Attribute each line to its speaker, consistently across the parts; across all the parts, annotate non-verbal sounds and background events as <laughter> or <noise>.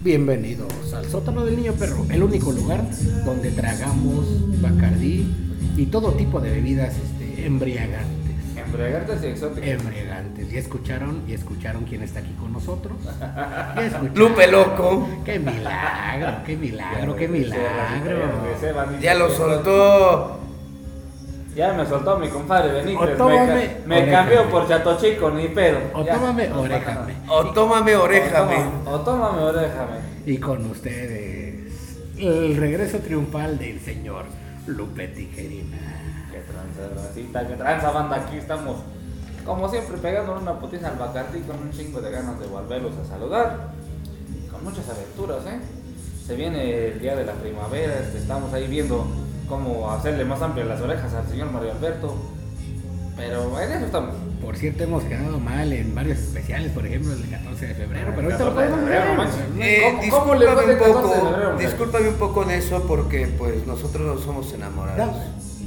Speaker 1: Bienvenidos al sótano del niño perro, el único lugar donde tragamos bacardí y todo tipo de bebidas este, embriagantes.
Speaker 2: Embriagartas y exóticas.
Speaker 1: Embriagantes. Ya escucharon, y escucharon quién está aquí con nosotros.
Speaker 2: <laughs>
Speaker 1: Ya escucharon.
Speaker 3: Lupe Loco.
Speaker 1: Qué milagro, qué milagro, qué
Speaker 2: Ya regresé,
Speaker 1: milagro.
Speaker 2: bandita.
Speaker 3: Ya lo soltó.
Speaker 2: Ya me soltó mi compadre Benítez.
Speaker 1: O
Speaker 2: me
Speaker 1: tómame,
Speaker 2: ca- me
Speaker 1: orejame.
Speaker 2: cambió por Chato Chico, ni pedo.
Speaker 1: O
Speaker 2: Ya.
Speaker 1: tómame,
Speaker 2: No pasa nada.
Speaker 1: orejame.
Speaker 3: O tómame orejame.
Speaker 2: O tómame, o déjame.
Speaker 1: Y con ustedes, el regreso triunfal del señor Lupe Tijerina.
Speaker 2: Qué tranza, racita, qué tranza, banda. Aquí estamos, como siempre, pegando una putiza al Bacardi con un chingo de ganas de volverlos a saludar. Con muchas aventuras, ¿eh? Se viene el día de la primavera, este, estamos ahí viendo cómo hacerle más amplias las orejas al señor Mario Alberto. Pero en eso estamos.
Speaker 1: Por cierto, hemos quedado mal en varios especiales, por ejemplo, el 14 de febrero, pero ahorita lo
Speaker 2: 14 de
Speaker 1: podemos
Speaker 2: febrero,
Speaker 1: ver.
Speaker 2: manches.
Speaker 3: Eh,
Speaker 2: ¿Cómo- cómo le fue
Speaker 3: discúlpame
Speaker 2: el
Speaker 3: un
Speaker 2: 14 de febrero,
Speaker 3: poco,
Speaker 2: mujer?
Speaker 3: discúlpame un poco en eso porque pues nosotros no somos enamorados.
Speaker 1: Da-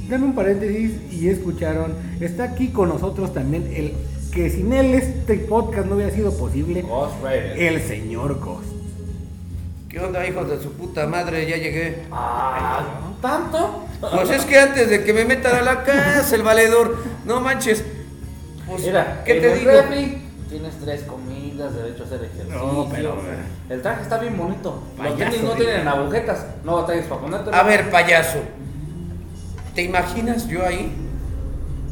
Speaker 1: Dame un paréntesis y escucharon, está aquí con nosotros también el que sin él este podcast no hubiera sido posible,
Speaker 2: Ghost Rider.
Speaker 1: el señor Ghost.
Speaker 3: ¿Qué onda hijos de su puta madre? Ya llegué.
Speaker 2: Ah, ¿tanto?
Speaker 3: Pues es que antes de que me metan a la casa el valedor, no manches. Pues,
Speaker 2: Mira,
Speaker 3: ¿qué
Speaker 2: en
Speaker 3: te
Speaker 2: el
Speaker 3: digo?
Speaker 2: refri tienes tres comidas, derecho a hacer ejercicio.
Speaker 1: No, pero, eh.
Speaker 2: El traje está bien bonito.
Speaker 1: Payaso,
Speaker 2: Los tenis no
Speaker 1: eh.
Speaker 2: tienen agujetas. No batallas para ponerte.
Speaker 3: A ver, payaso. ¿Te imaginas yo ahí?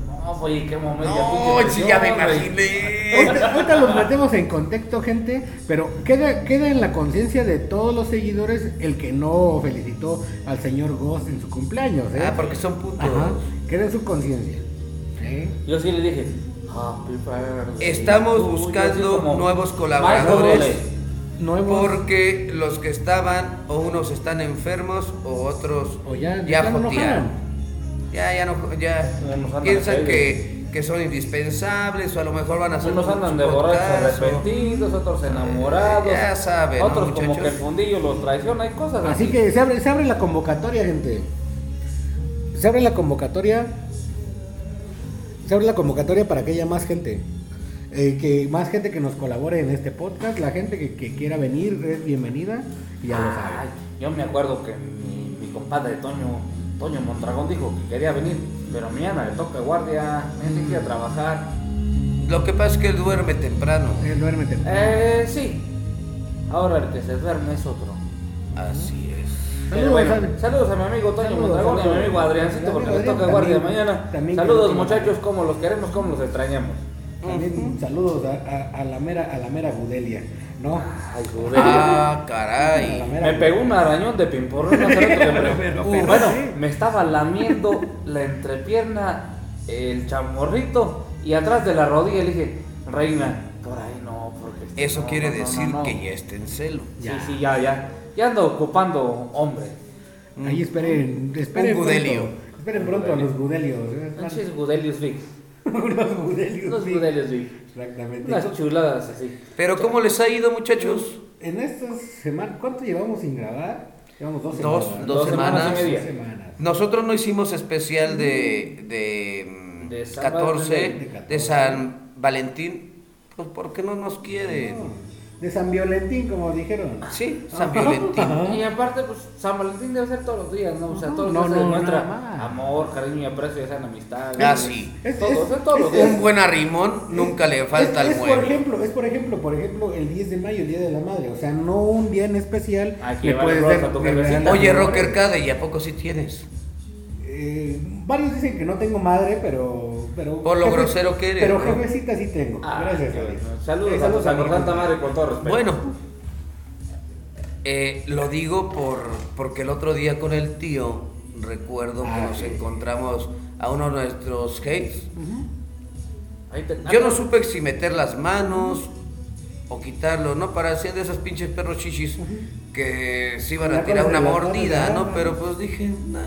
Speaker 2: No, oye, qué momento.
Speaker 3: No,
Speaker 2: pinche
Speaker 3: sí, ya me
Speaker 2: presión, güey. <laughs>
Speaker 3: imaginé.
Speaker 1: Ahorita, ahorita los metemos en contexto, gente, pero queda, queda en la conciencia de todos los seguidores el que no felicitó al señor Ghost en su cumpleaños. ¿eh?
Speaker 3: Ah, porque son putos.
Speaker 1: Ajá, queda en su conciencia. ¿eh?
Speaker 2: Yo sí le dije, Happy birthday.
Speaker 3: Estamos
Speaker 2: Tú, yo así
Speaker 3: buscando
Speaker 2: como,
Speaker 3: nuevos colaboradores.
Speaker 2: "Más doble".
Speaker 1: Nuevos-
Speaker 3: Porque los que estaban, o unos están enfermos, o otros
Speaker 1: O ya,
Speaker 3: ya
Speaker 1: ya no nos
Speaker 3: jotearon.
Speaker 1: jalan.
Speaker 3: Ya, ya no, ya
Speaker 2: Ya nos andan
Speaker 3: piensan
Speaker 2: de
Speaker 3: que, que son indispensables, o a lo mejor van a hacer
Speaker 2: Unos
Speaker 3: un
Speaker 2: andan de borrachos
Speaker 3: podcast, o-
Speaker 2: arrepentidos, otros enamorados.
Speaker 3: Ya saben, ¿no,
Speaker 2: Otros como
Speaker 3: muchachos?
Speaker 2: que el fundillo los traiciona y cosas así.
Speaker 1: Así que se abre, se abre la convocatoria, gente. Se abre la convocatoria. Se abre la convocatoria para que haya más gente. Eh, que más gente que nos colabore en este podcast. La gente que, que quiera venir es bienvenida. Y ya lo
Speaker 2: Ay,
Speaker 1: saben.
Speaker 2: Yo me acuerdo que mi, mi compadre Toño, Toño Mondragón dijo que quería venir, pero mañana le toca guardia, él tiene que ir a trabajar.
Speaker 3: Lo que pasa es que él duerme temprano.
Speaker 1: Él duerme temprano.
Speaker 2: Eh, sí. Ahora el que se duerme es otro.
Speaker 3: Así es.
Speaker 2: Pero
Speaker 1: Saludos,
Speaker 2: bueno,
Speaker 1: Adri.
Speaker 2: saludos a mi amigo Toño
Speaker 1: Saludos,
Speaker 2: Mondragón y a mi
Speaker 1: saludos.
Speaker 2: amigo Adriancito
Speaker 1: Mi
Speaker 2: porque
Speaker 1: amigo
Speaker 2: les toca
Speaker 1: Adrián
Speaker 2: guardia
Speaker 1: también,
Speaker 2: mañana.
Speaker 1: también que
Speaker 2: saludos
Speaker 1: nos quiere.
Speaker 2: muchachos, como los queremos, como los extrañamos.
Speaker 1: También saludos a, a- a la mera, a la mera Gudelia, ¿no?
Speaker 2: Ay, joder.
Speaker 3: Ah,
Speaker 1: A la
Speaker 3: caray.
Speaker 1: mera
Speaker 2: Me pegó un arañón de pimporrón hace rato que me-
Speaker 3: Pero,
Speaker 2: Uh,
Speaker 3: pero,
Speaker 2: Bueno,
Speaker 3: sí.
Speaker 2: me estaba lamiendo la entrepierna, el chamorrito y atrás de la rodilla le dije, reina, por ahí no, porque... este-
Speaker 3: Eso
Speaker 2: no,
Speaker 3: quiere
Speaker 2: no, no,
Speaker 3: decir
Speaker 2: no, no".
Speaker 3: que ya está en celo.
Speaker 1: Ya.
Speaker 2: Sí, sí, ya, ya. Ya ando ocupando hombre.
Speaker 1: Ahí esperen, esperen
Speaker 3: Un Gudelio.
Speaker 1: pronto. Esperen pronto a los Gudelios. ¿eh?
Speaker 2: Pinches Gudelios Vic.
Speaker 1: Unos Gudelios.
Speaker 2: Unos
Speaker 1: sí.
Speaker 2: Gudelios Vic.
Speaker 1: Exactamente.
Speaker 2: Unas chuladas así.
Speaker 3: Pero ¿cómo les ha ido, muchachos?
Speaker 1: En estas semanas, ¿cuánto llevamos sin grabar? Llevamos dos
Speaker 3: Dos-
Speaker 1: semanas.
Speaker 3: dos Dos semanas semanas.
Speaker 2: y media.
Speaker 1: Dos semanas.
Speaker 3: Nosotros no hicimos especial de, de, mm,
Speaker 2: De San
Speaker 3: 14,
Speaker 1: Valentín.
Speaker 3: de San Valentín, pues porque no nos quieren.
Speaker 1: De San Violentín, como dijeron.
Speaker 3: Sí, San Valentín.
Speaker 1: Ajá.
Speaker 2: Y aparte, pues San Valentín debe ser todos los días, ¿no? O sea,
Speaker 1: Ajá.
Speaker 2: todos los
Speaker 1: No,
Speaker 2: días se
Speaker 1: no,
Speaker 2: demuestra
Speaker 1: nada más.
Speaker 2: amor, cariño y aprecio, ya sean amistades.
Speaker 3: Ah, sí.
Speaker 1: Es-
Speaker 2: Todos,
Speaker 1: es-
Speaker 2: son todos los
Speaker 1: es-
Speaker 2: días.
Speaker 3: Un buen arrimón nunca le falta
Speaker 1: es,
Speaker 3: al
Speaker 1: es por
Speaker 3: mueble.
Speaker 1: ejemplo, es por ejemplo, por ejemplo, el 10 de mayo, el Día de la Madre, o sea, no un día en especial,
Speaker 2: Hay que
Speaker 1: le
Speaker 2: llevarle
Speaker 1: puedes
Speaker 2: rosas
Speaker 1: dar-
Speaker 2: a tu
Speaker 1: le
Speaker 2: jefecita.
Speaker 1: regalas
Speaker 3: Oye,
Speaker 1: un-
Speaker 3: Rocker Cade, ¿y a poco sí tienes?
Speaker 1: Eh, varios dicen que no tengo madre, pero pero
Speaker 3: Por lo grosero que eres,
Speaker 1: Pero
Speaker 3: bro.
Speaker 1: jefecita sí tengo.
Speaker 2: Ah,
Speaker 1: Gracias.
Speaker 2: qué
Speaker 1: a
Speaker 2: bueno.
Speaker 1: Dios.
Speaker 2: Saludos,
Speaker 1: Eh,
Speaker 2: a
Speaker 1: mi
Speaker 2: tu Santa
Speaker 1: jefe.
Speaker 2: Madre con todo respeto.
Speaker 3: Bueno, eh, lo digo por porque el otro día con el tío recuerdo que
Speaker 1: Ah,
Speaker 3: nos
Speaker 1: sí.
Speaker 3: encontramos a uno de nuestros hates.
Speaker 2: Ahí te- ah,
Speaker 3: Yo no supe si meter las manos o quitarlo, ¿no? Para hacer de esos pinches perros chichis que se iban
Speaker 1: Ya
Speaker 3: a
Speaker 1: con
Speaker 3: tirar
Speaker 1: el
Speaker 3: una
Speaker 1: relator,
Speaker 3: mordida,
Speaker 1: ya,
Speaker 3: ¿no?
Speaker 1: no.
Speaker 3: Pero pues dije, no,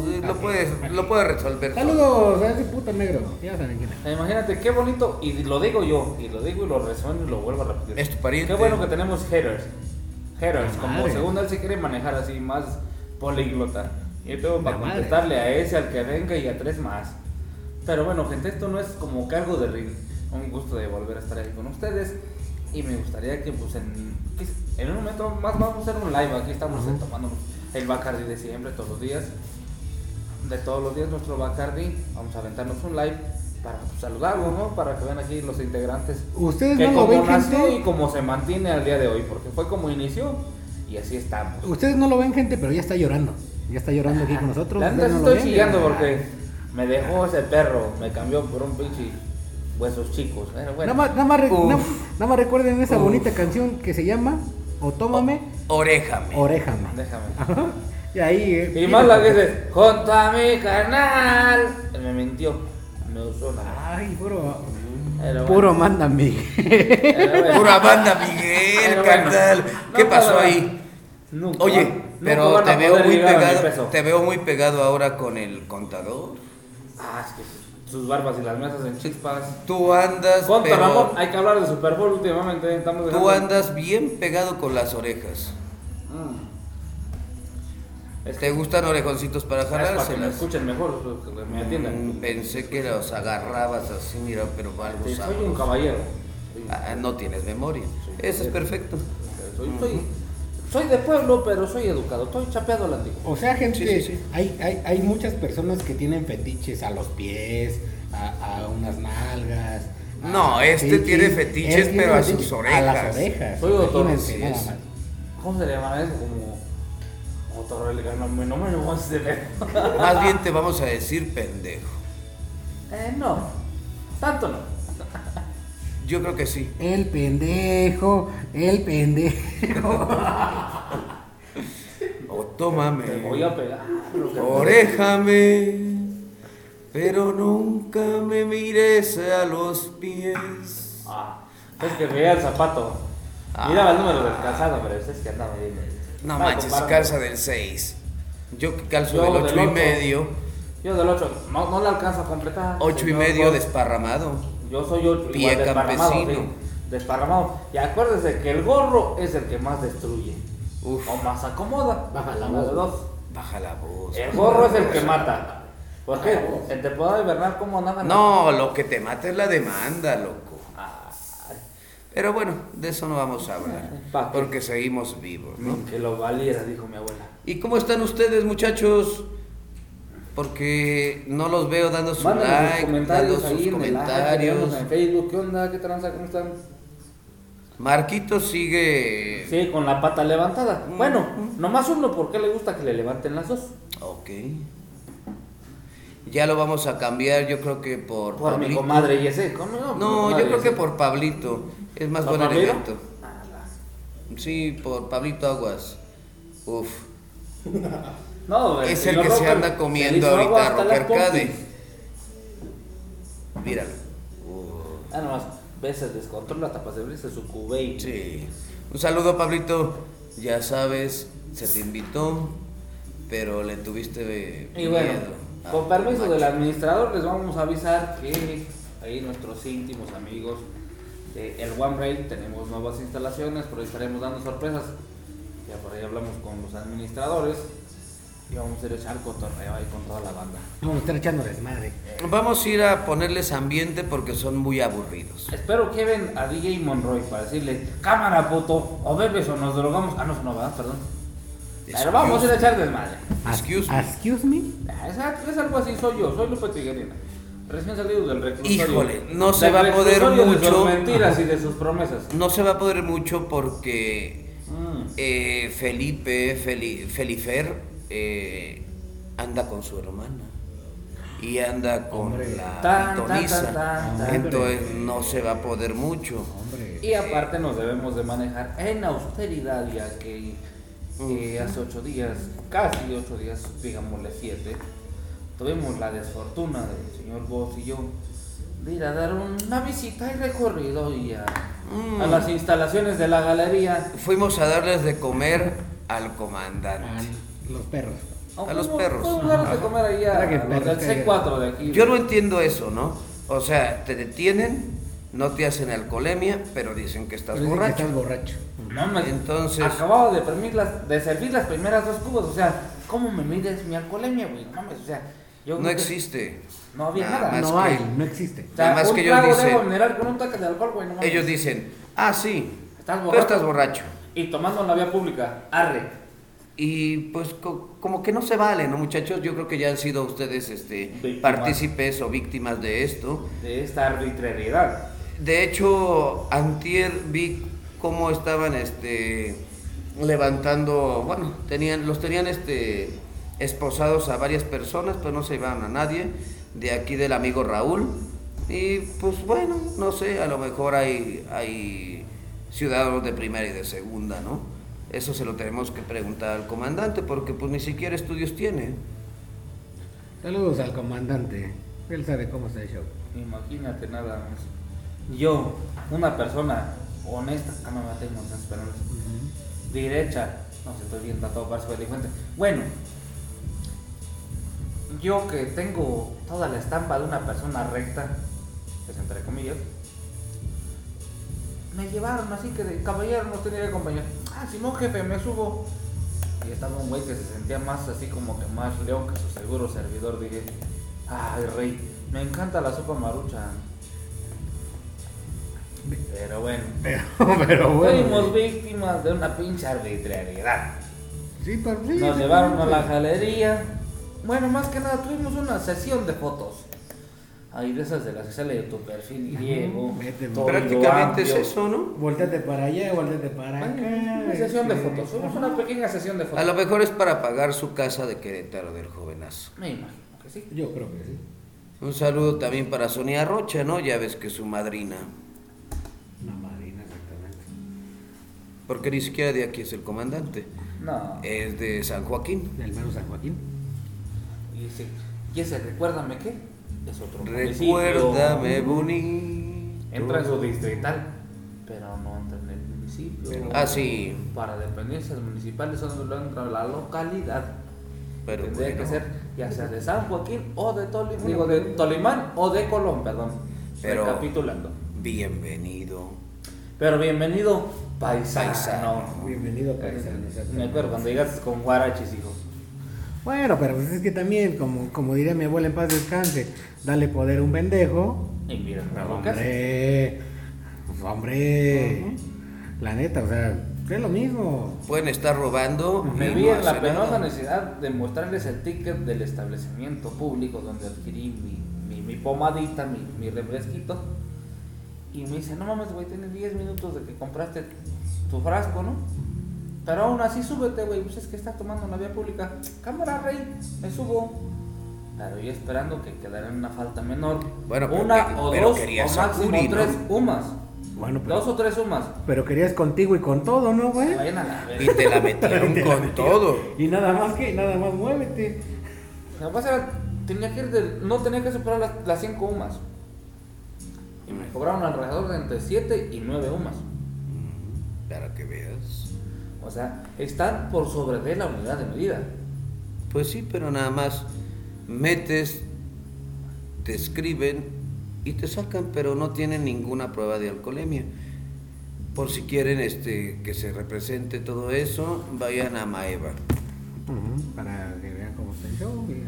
Speaker 3: pues, lo puedes, lo puedes resolver. solo".
Speaker 1: Saludos a ese puto negro. Ya saben quién es.
Speaker 2: Imagínate qué bonito, y lo digo yo, y lo digo y lo resuelvo y lo vuelvo a repetir.
Speaker 3: Es tu pariente.
Speaker 2: Qué bueno que tenemos haters. Haters,
Speaker 1: La
Speaker 2: como
Speaker 1: madre.
Speaker 2: según él se quiere manejar así, más políglota. Yo tengo para
Speaker 1: La madre.
Speaker 2: contestarle a ese, al que venga y a tres más. Pero bueno, gente, esto no es como cargo de ring. Un gusto de volver a estar aquí con ustedes. Y me gustaría que, pues, en. que- En un momento más vamos a hacer un live. Aquí estamos eh, tomando el Bacardi de siempre, todos los días. De todos los días nuestro Bacardi. Vamos a aventarnos un live para pues, saludarlos, ¿no? Para que vean aquí los integrantes.
Speaker 1: Ustedes
Speaker 2: Que
Speaker 1: no lo
Speaker 2: como
Speaker 1: ven,
Speaker 2: nació y
Speaker 1: gente.
Speaker 2: como se mantiene al día de hoy. Porque fue como inició y así estamos.
Speaker 1: Ustedes no lo ven, gente, pero ya está llorando. Ya está llorando aquí con nosotros.
Speaker 2: La neta
Speaker 1: Ustedes
Speaker 2: sí
Speaker 1: no lo
Speaker 2: estoy
Speaker 1: ven.
Speaker 2: chillando porque me dejó ese perro, me cambió por un pinche huesos chicos. Pero bueno,
Speaker 1: Nada más, nada más re-
Speaker 3: Uf.
Speaker 1: nada- nada más recuerden esa
Speaker 3: Uf.
Speaker 1: bonita canción que se llama O Tómame,
Speaker 3: Oréjame.
Speaker 1: Orejame.
Speaker 2: déjame.
Speaker 1: <laughs> Ajá. y ahí. eh,
Speaker 2: Y más la que dice, junto a mi canal. Él me mintió, me usó la.
Speaker 1: Ay, puro.
Speaker 2: Pero bueno,
Speaker 1: Puro mándame.
Speaker 2: pero
Speaker 1: <laughs>
Speaker 2: bueno.
Speaker 3: Pura banda, Miguel,
Speaker 2: Pero bueno,
Speaker 3: carnal.
Speaker 2: no
Speaker 3: ¿Qué pasó
Speaker 2: podrá-
Speaker 3: ahí?
Speaker 2: Nunca van-
Speaker 3: Oye,
Speaker 2: nunca
Speaker 3: pero
Speaker 2: van a
Speaker 3: te veo
Speaker 2: poder
Speaker 3: muy
Speaker 2: llegar a mi
Speaker 3: pegado.
Speaker 2: peso.
Speaker 3: Te veo muy pegado ahora con el contador.
Speaker 2: Ah, es que sus- sus barbas y las mesas en chispas.
Speaker 3: Tú andas,
Speaker 2: Conta,
Speaker 3: pero
Speaker 2: Ramón, hay que hablar de Super Bowl últimamente. Estamos
Speaker 3: tú
Speaker 2: dejando-
Speaker 3: andas bien pegado con las orejas.
Speaker 2: Mm. Es que-
Speaker 3: ¿Te gustan orejoncitos para
Speaker 2: es para que me
Speaker 3: jalárselas?
Speaker 2: escuchen mejor, que me entiendan.
Speaker 3: Mm, Pensé que los agarrabas así, mira, pero algo
Speaker 2: Sí, soy un
Speaker 3: sabroso.
Speaker 2: caballero.
Speaker 3: Ah, no tienes memoria. Eso es perfecto.
Speaker 2: Soy, soy, soy de pueblo, pero soy educado. Estoy chapeado al antiguo.
Speaker 1: O sea, gente,
Speaker 3: Sí, sí, sí.
Speaker 1: Hay, hay, hay muchas personas que tienen fetiches a los pies, a, a unas nalgas. a
Speaker 3: No, este
Speaker 1: fetiches.
Speaker 3: tiene fetiches,
Speaker 1: Él tiene
Speaker 3: pero a
Speaker 1: fetiches
Speaker 3: sus
Speaker 1: A
Speaker 3: orejas.
Speaker 1: las orejas.
Speaker 2: Soy doctor,
Speaker 1: imagínense,
Speaker 3: sí
Speaker 1: nada
Speaker 3: es.
Speaker 1: más.
Speaker 2: ¿Cómo se le llama eso? Como. Otorrelga, no me, no me lo vas a hacer.
Speaker 3: Más bien te vamos a decir pendejo.
Speaker 2: Eh, no. Tanto no.
Speaker 3: Yo creo que sí.
Speaker 1: El pendejo, el pendejo. <laughs>
Speaker 3: O
Speaker 2: Te voy
Speaker 3: tómame.
Speaker 2: a pegar. lo que-
Speaker 3: Oréjame. Pero nunca me mires a los pies.
Speaker 2: Ah, es que veía el zapato.
Speaker 3: Ah.
Speaker 2: Miraba el número del calzado, pero es que andaba bien.
Speaker 3: No
Speaker 2: Estaba
Speaker 3: manches,
Speaker 2: comparando.
Speaker 3: calza del 6. Yo que calzo
Speaker 2: Yo
Speaker 3: del
Speaker 2: del
Speaker 3: 8 y
Speaker 2: ocho.
Speaker 3: medio.
Speaker 2: Yo del 8, no, no la alcanzo a completar.
Speaker 3: 8 y
Speaker 2: señor
Speaker 3: medio
Speaker 2: Gol.
Speaker 3: desparramado.
Speaker 2: Yo soy otro,
Speaker 3: Pie
Speaker 2: igual desparramado,
Speaker 3: campesino.
Speaker 2: sí, desparramado. Y acuérdese que el gorro es el que más destruye.
Speaker 3: Uf.
Speaker 2: O más acomoda.
Speaker 1: Baja la
Speaker 2: Una de
Speaker 1: voz.
Speaker 2: dos.
Speaker 3: Baja la voz.
Speaker 2: El gorro es el que mata. ¿Por qué? En temporada hibernal, ¿cómo andan?
Speaker 3: No, lo que te mata es la demanda, loco.
Speaker 2: Ah,
Speaker 3: Pero bueno, de eso no vamos a hablar.
Speaker 2: Pa' qué.
Speaker 3: Porque seguimos vivos, ¿no?
Speaker 2: Que lo valiera, dijo mi abuela.
Speaker 3: ¿Y cómo están ustedes, muchachos? Porque no los veo dando su
Speaker 2: Mándanos sus
Speaker 3: like,
Speaker 2: comentarios
Speaker 3: dando
Speaker 2: ahí
Speaker 3: sus
Speaker 2: en el live,
Speaker 3: comentarios. Eh,
Speaker 2: en Facebook. ¿Qué onda? ¿Qué tranza? ¿Cómo están?
Speaker 3: Marquito sigue.
Speaker 2: Sí, con la pata levantada.
Speaker 3: Mm.
Speaker 2: Bueno, nomás uno, ¿por qué le gusta que le levanten las dos?
Speaker 3: Ok. Ya lo vamos a cambiar, yo creo que por.
Speaker 2: Por mi
Speaker 3: Pablito.
Speaker 2: comadre y ese. ¿Cómo Mi
Speaker 3: No, yo
Speaker 2: comadre
Speaker 3: creo que
Speaker 2: Yesé.
Speaker 3: por Pablito. Es más
Speaker 2: ¿Por
Speaker 3: buen
Speaker 2: Pablito?
Speaker 3: elemento.
Speaker 2: Ah, la-
Speaker 3: Sí, por Pablito Aguas. Uf.
Speaker 2: No,
Speaker 3: Es el
Speaker 2: señor
Speaker 3: que se
Speaker 2: Rocker
Speaker 3: anda
Speaker 2: le hizo
Speaker 3: comiendo
Speaker 2: agua
Speaker 3: ahorita
Speaker 2: hasta
Speaker 3: Rocker
Speaker 2: las pompis.
Speaker 3: Cade. Míralo. Uh,
Speaker 2: Ah, nomás, ves, se descontrola hasta para servirse su cubey.
Speaker 3: sí. Un saludo, Pablito. Ya sabes, se te invitó, pero le tuviste eh,
Speaker 2: Y bueno,
Speaker 3: miedo. Ah,
Speaker 2: con permiso
Speaker 3: macho.
Speaker 2: del administrador les vamos a avisar que ahí nuestros íntimos amigos de El One Rail tenemos nuevas instalaciones, por ahí estaremos dando sorpresas. Ya por ahí hablamos con los administradores y vamos a ir a echar cotorreo ahí con toda la banda.
Speaker 1: Vamos a estar echando desmadre.
Speaker 3: Vamos a ir a ponerles ambiente porque son muy aburridos.
Speaker 2: Espero que ven a DJ Monroy para decirle, cámara puto, o bebes o nos drogamos. Ah, no, no, ¿verdad? Perdón. Pero vamos a ir a echar desmadre.
Speaker 3: Excuse me.
Speaker 1: me. Excuse me.
Speaker 2: Ah, Es, es algo así, soy yo, soy Lupe Tijerina. Recién salido del reclusorio.
Speaker 3: Híjole, no se
Speaker 2: Del
Speaker 3: va a poder
Speaker 2: reclusorio De
Speaker 3: mucho.
Speaker 2: sus mentiras y de sus promesas.
Speaker 3: No se va a poder mucho porque
Speaker 2: Mm.
Speaker 3: Eh, Felipe, Feli- Felifer, eh, anda con su hermana y anda con
Speaker 1: Hombre.
Speaker 3: la
Speaker 2: Tan, tan,
Speaker 3: pitonisa.
Speaker 2: tan, tan,
Speaker 1: tan.
Speaker 3: Entonces no se va a poder mucho.
Speaker 1: Hombre.
Speaker 2: Y aparte nos debemos de manejar en austeridad ya que eh, hace ocho días, casi ocho días, digámosle siete, tuvimos la desfortuna del señor Boss y yo de ir a dar una visita y recorrido y a,
Speaker 3: Mm.
Speaker 2: a las instalaciones de la galería.
Speaker 3: Fuimos a darles de comer al
Speaker 1: Ah,
Speaker 3: comandante.
Speaker 1: los perros.
Speaker 3: A los
Speaker 2: Fuimos-
Speaker 3: perros.
Speaker 2: fuimos a darles de comer ahí a-
Speaker 1: Para que
Speaker 2: a los del
Speaker 1: perros caigan.
Speaker 2: C4 de aquí.
Speaker 3: Yo no entiendo eso, ¿no? O sea, te detienen, no te hacen alcoholemia, pero dicen que estás
Speaker 1: Dicen que
Speaker 3: borracho.
Speaker 1: Estás borracho.
Speaker 2: No, me-
Speaker 3: Entonces-
Speaker 2: Acababa de, permir las- de servir las primeras dos cubas, o sea, ¿cómo me mides mi alcoholemia, güey? No mames, o sea, yo
Speaker 3: No
Speaker 2: creo que
Speaker 3: existe.
Speaker 2: No había
Speaker 3: Nada
Speaker 2: nada.
Speaker 3: más
Speaker 1: No
Speaker 3: Ah, que-
Speaker 1: hay, no existe.
Speaker 2: O sea,
Speaker 3: Nada más
Speaker 2: un
Speaker 3: que ellos
Speaker 2: trago
Speaker 3: dicen-
Speaker 2: debo mirar con un taque de alcohol, güey, no mames.
Speaker 3: Ellos dicen, ah, sí,
Speaker 2: Estás
Speaker 3: tú
Speaker 2: borracho.
Speaker 3: estás borracho.
Speaker 2: y tomando en la vía pública. Arre.
Speaker 3: Y pues co- como que no se vale, ¿no, muchachos? Yo creo que ya han sido ustedes este,
Speaker 2: Víctimas.
Speaker 3: partícipes o víctimas de esto.
Speaker 2: De esta arbitrariedad.
Speaker 3: De hecho, antier vi cómo estaban este, levantando, bueno, tenían, los tenían este, esposados a varias personas, pero no se iban a nadie, de aquí del amigo Raúl. Y pues bueno, no sé, a lo mejor hay, hay ciudadanos de primera y de segunda, ¿no? Eso se lo tenemos que preguntar al comandante, porque pues ni siquiera estudios tiene.
Speaker 1: Saludos al comandante. Él sabe cómo está el show.
Speaker 2: Imagínate nada más. Yo, una persona honesta, ah, no me tengo transparencia. Derecha, no sé, estoy bien tratado para ser delincuente. Bueno, yo que tengo toda la estampa de una persona recta, pues entre comillas, me llevaron así que de caballero no tenía que acompañar. Ah, si no, jefe, me subo. Y estaba un güey que se sentía más así como que más león que su seguro servidor. Dije, ay, rey, me encanta la sopa marucha. Pero bueno,
Speaker 1: Pero, <laughs> pero bueno.
Speaker 2: fuimos víctimas de una pinche arbitrariedad.
Speaker 1: Sí, pero sí,
Speaker 2: Nos
Speaker 1: sí,
Speaker 2: llevaron
Speaker 1: sí,
Speaker 2: a la
Speaker 1: sí.
Speaker 2: galería. Bueno, más que nada tuvimos una sesión de fotos. Ahí de esas de las que sale de tu perfil griego.
Speaker 1: Vete,
Speaker 2: todo
Speaker 3: Prácticamente es
Speaker 2: amplio.
Speaker 3: eso, ¿no?
Speaker 1: Voltate para allá, voltate para acá.
Speaker 2: Bueno, Una sesión de
Speaker 1: este,
Speaker 2: fotos. Fuimos
Speaker 1: ajá.
Speaker 2: una pequeña sesión de
Speaker 3: A lo
Speaker 2: fotos.
Speaker 3: mejor es para pagar su casa de Querétaro del jovenazo.
Speaker 2: Me imagino que sí.
Speaker 1: Yo creo que sí.
Speaker 3: Un saludo también para Sonia Rocha, ¿no? Ya ves que es su madrina.
Speaker 1: Una marina, exactamente.
Speaker 3: Porque ni siquiera de aquí es el comandante.
Speaker 2: No.
Speaker 3: Es de San Joaquín.
Speaker 1: Del menos San Joaquín.
Speaker 2: Y ese, y ese recuérdame qué. Es otro
Speaker 3: Recuérdame
Speaker 2: municipio.
Speaker 3: bonito.
Speaker 2: Entra en su distrital, pero no entra en el municipio.
Speaker 3: Pero- Ah, sí.
Speaker 2: Para dependencias municipales solo lo entra la localidad.
Speaker 3: Pero
Speaker 2: Tendría
Speaker 3: bueno.
Speaker 2: que ser ya sea de San Joaquín o de Tolimán, digo de Tolimán o de Colón, perdón.
Speaker 3: Pero-
Speaker 2: Recapitulando.
Speaker 3: Bienvenido.
Speaker 2: Pero bienvenido paisano.
Speaker 3: Paisano.
Speaker 1: Bienvenido, paisano. exactamente.
Speaker 2: Me acuerdo cuando llegaste con guarachis, hijo.
Speaker 1: Bueno, pero pues es que también, como, como diría mi abuela en paz descanse, dale poder a un pendejo.
Speaker 2: Y mira, perdón, casi.
Speaker 1: Hombre, hombre, la neta, o sea, es lo mismo.
Speaker 3: Pueden estar robando.
Speaker 2: Me
Speaker 3: y
Speaker 2: vi
Speaker 3: no
Speaker 2: en la
Speaker 3: hacer nada.
Speaker 2: penosa necesidad de mostrarles el ticket del establecimiento público donde adquirí mi, mi, mi pomadita, mi, mi refresquito. Y me dice, no mames, güey, tienes 10 minutos de que compraste tu frasco, ¿no? Pero aún así súbete, güey, pues es que estás tomando una vía pública. Cámara, rey, me subo. Claro, yo esperando que quedara en una falta menor.
Speaker 3: Bueno, pero
Speaker 2: una
Speaker 3: que-
Speaker 2: o
Speaker 3: pero
Speaker 2: dos, o
Speaker 3: querías
Speaker 2: máximo
Speaker 3: Sakuri, ¿no?
Speaker 2: tres humas.
Speaker 1: Bueno,
Speaker 2: Dos
Speaker 1: pero,
Speaker 2: o tres humas.
Speaker 1: pero querías contigo y con todo, ¿no, güey?
Speaker 2: Vayan a la
Speaker 3: Y
Speaker 2: verga.
Speaker 3: te la
Speaker 2: <laughs>
Speaker 3: metieron con todo.
Speaker 1: Y nada más que, nada más muévete.
Speaker 2: Lo que pasa era, tenía que ir de- no tenía que superar las, las 5 UMAS. Y me cobraron alrededor de entre 7 y 9 UMAS.
Speaker 3: Mm, Para que veas.
Speaker 2: O sea, están por sobre de la unidad de medida.
Speaker 3: Pues sí, pero nada más metes, te escriben y te sacan, pero no tienen ninguna prueba de alcoholemia. Por si quieren este, que se represente todo eso, vayan a Maeva.
Speaker 1: Ujú, Para que vean cómo está el show. mira.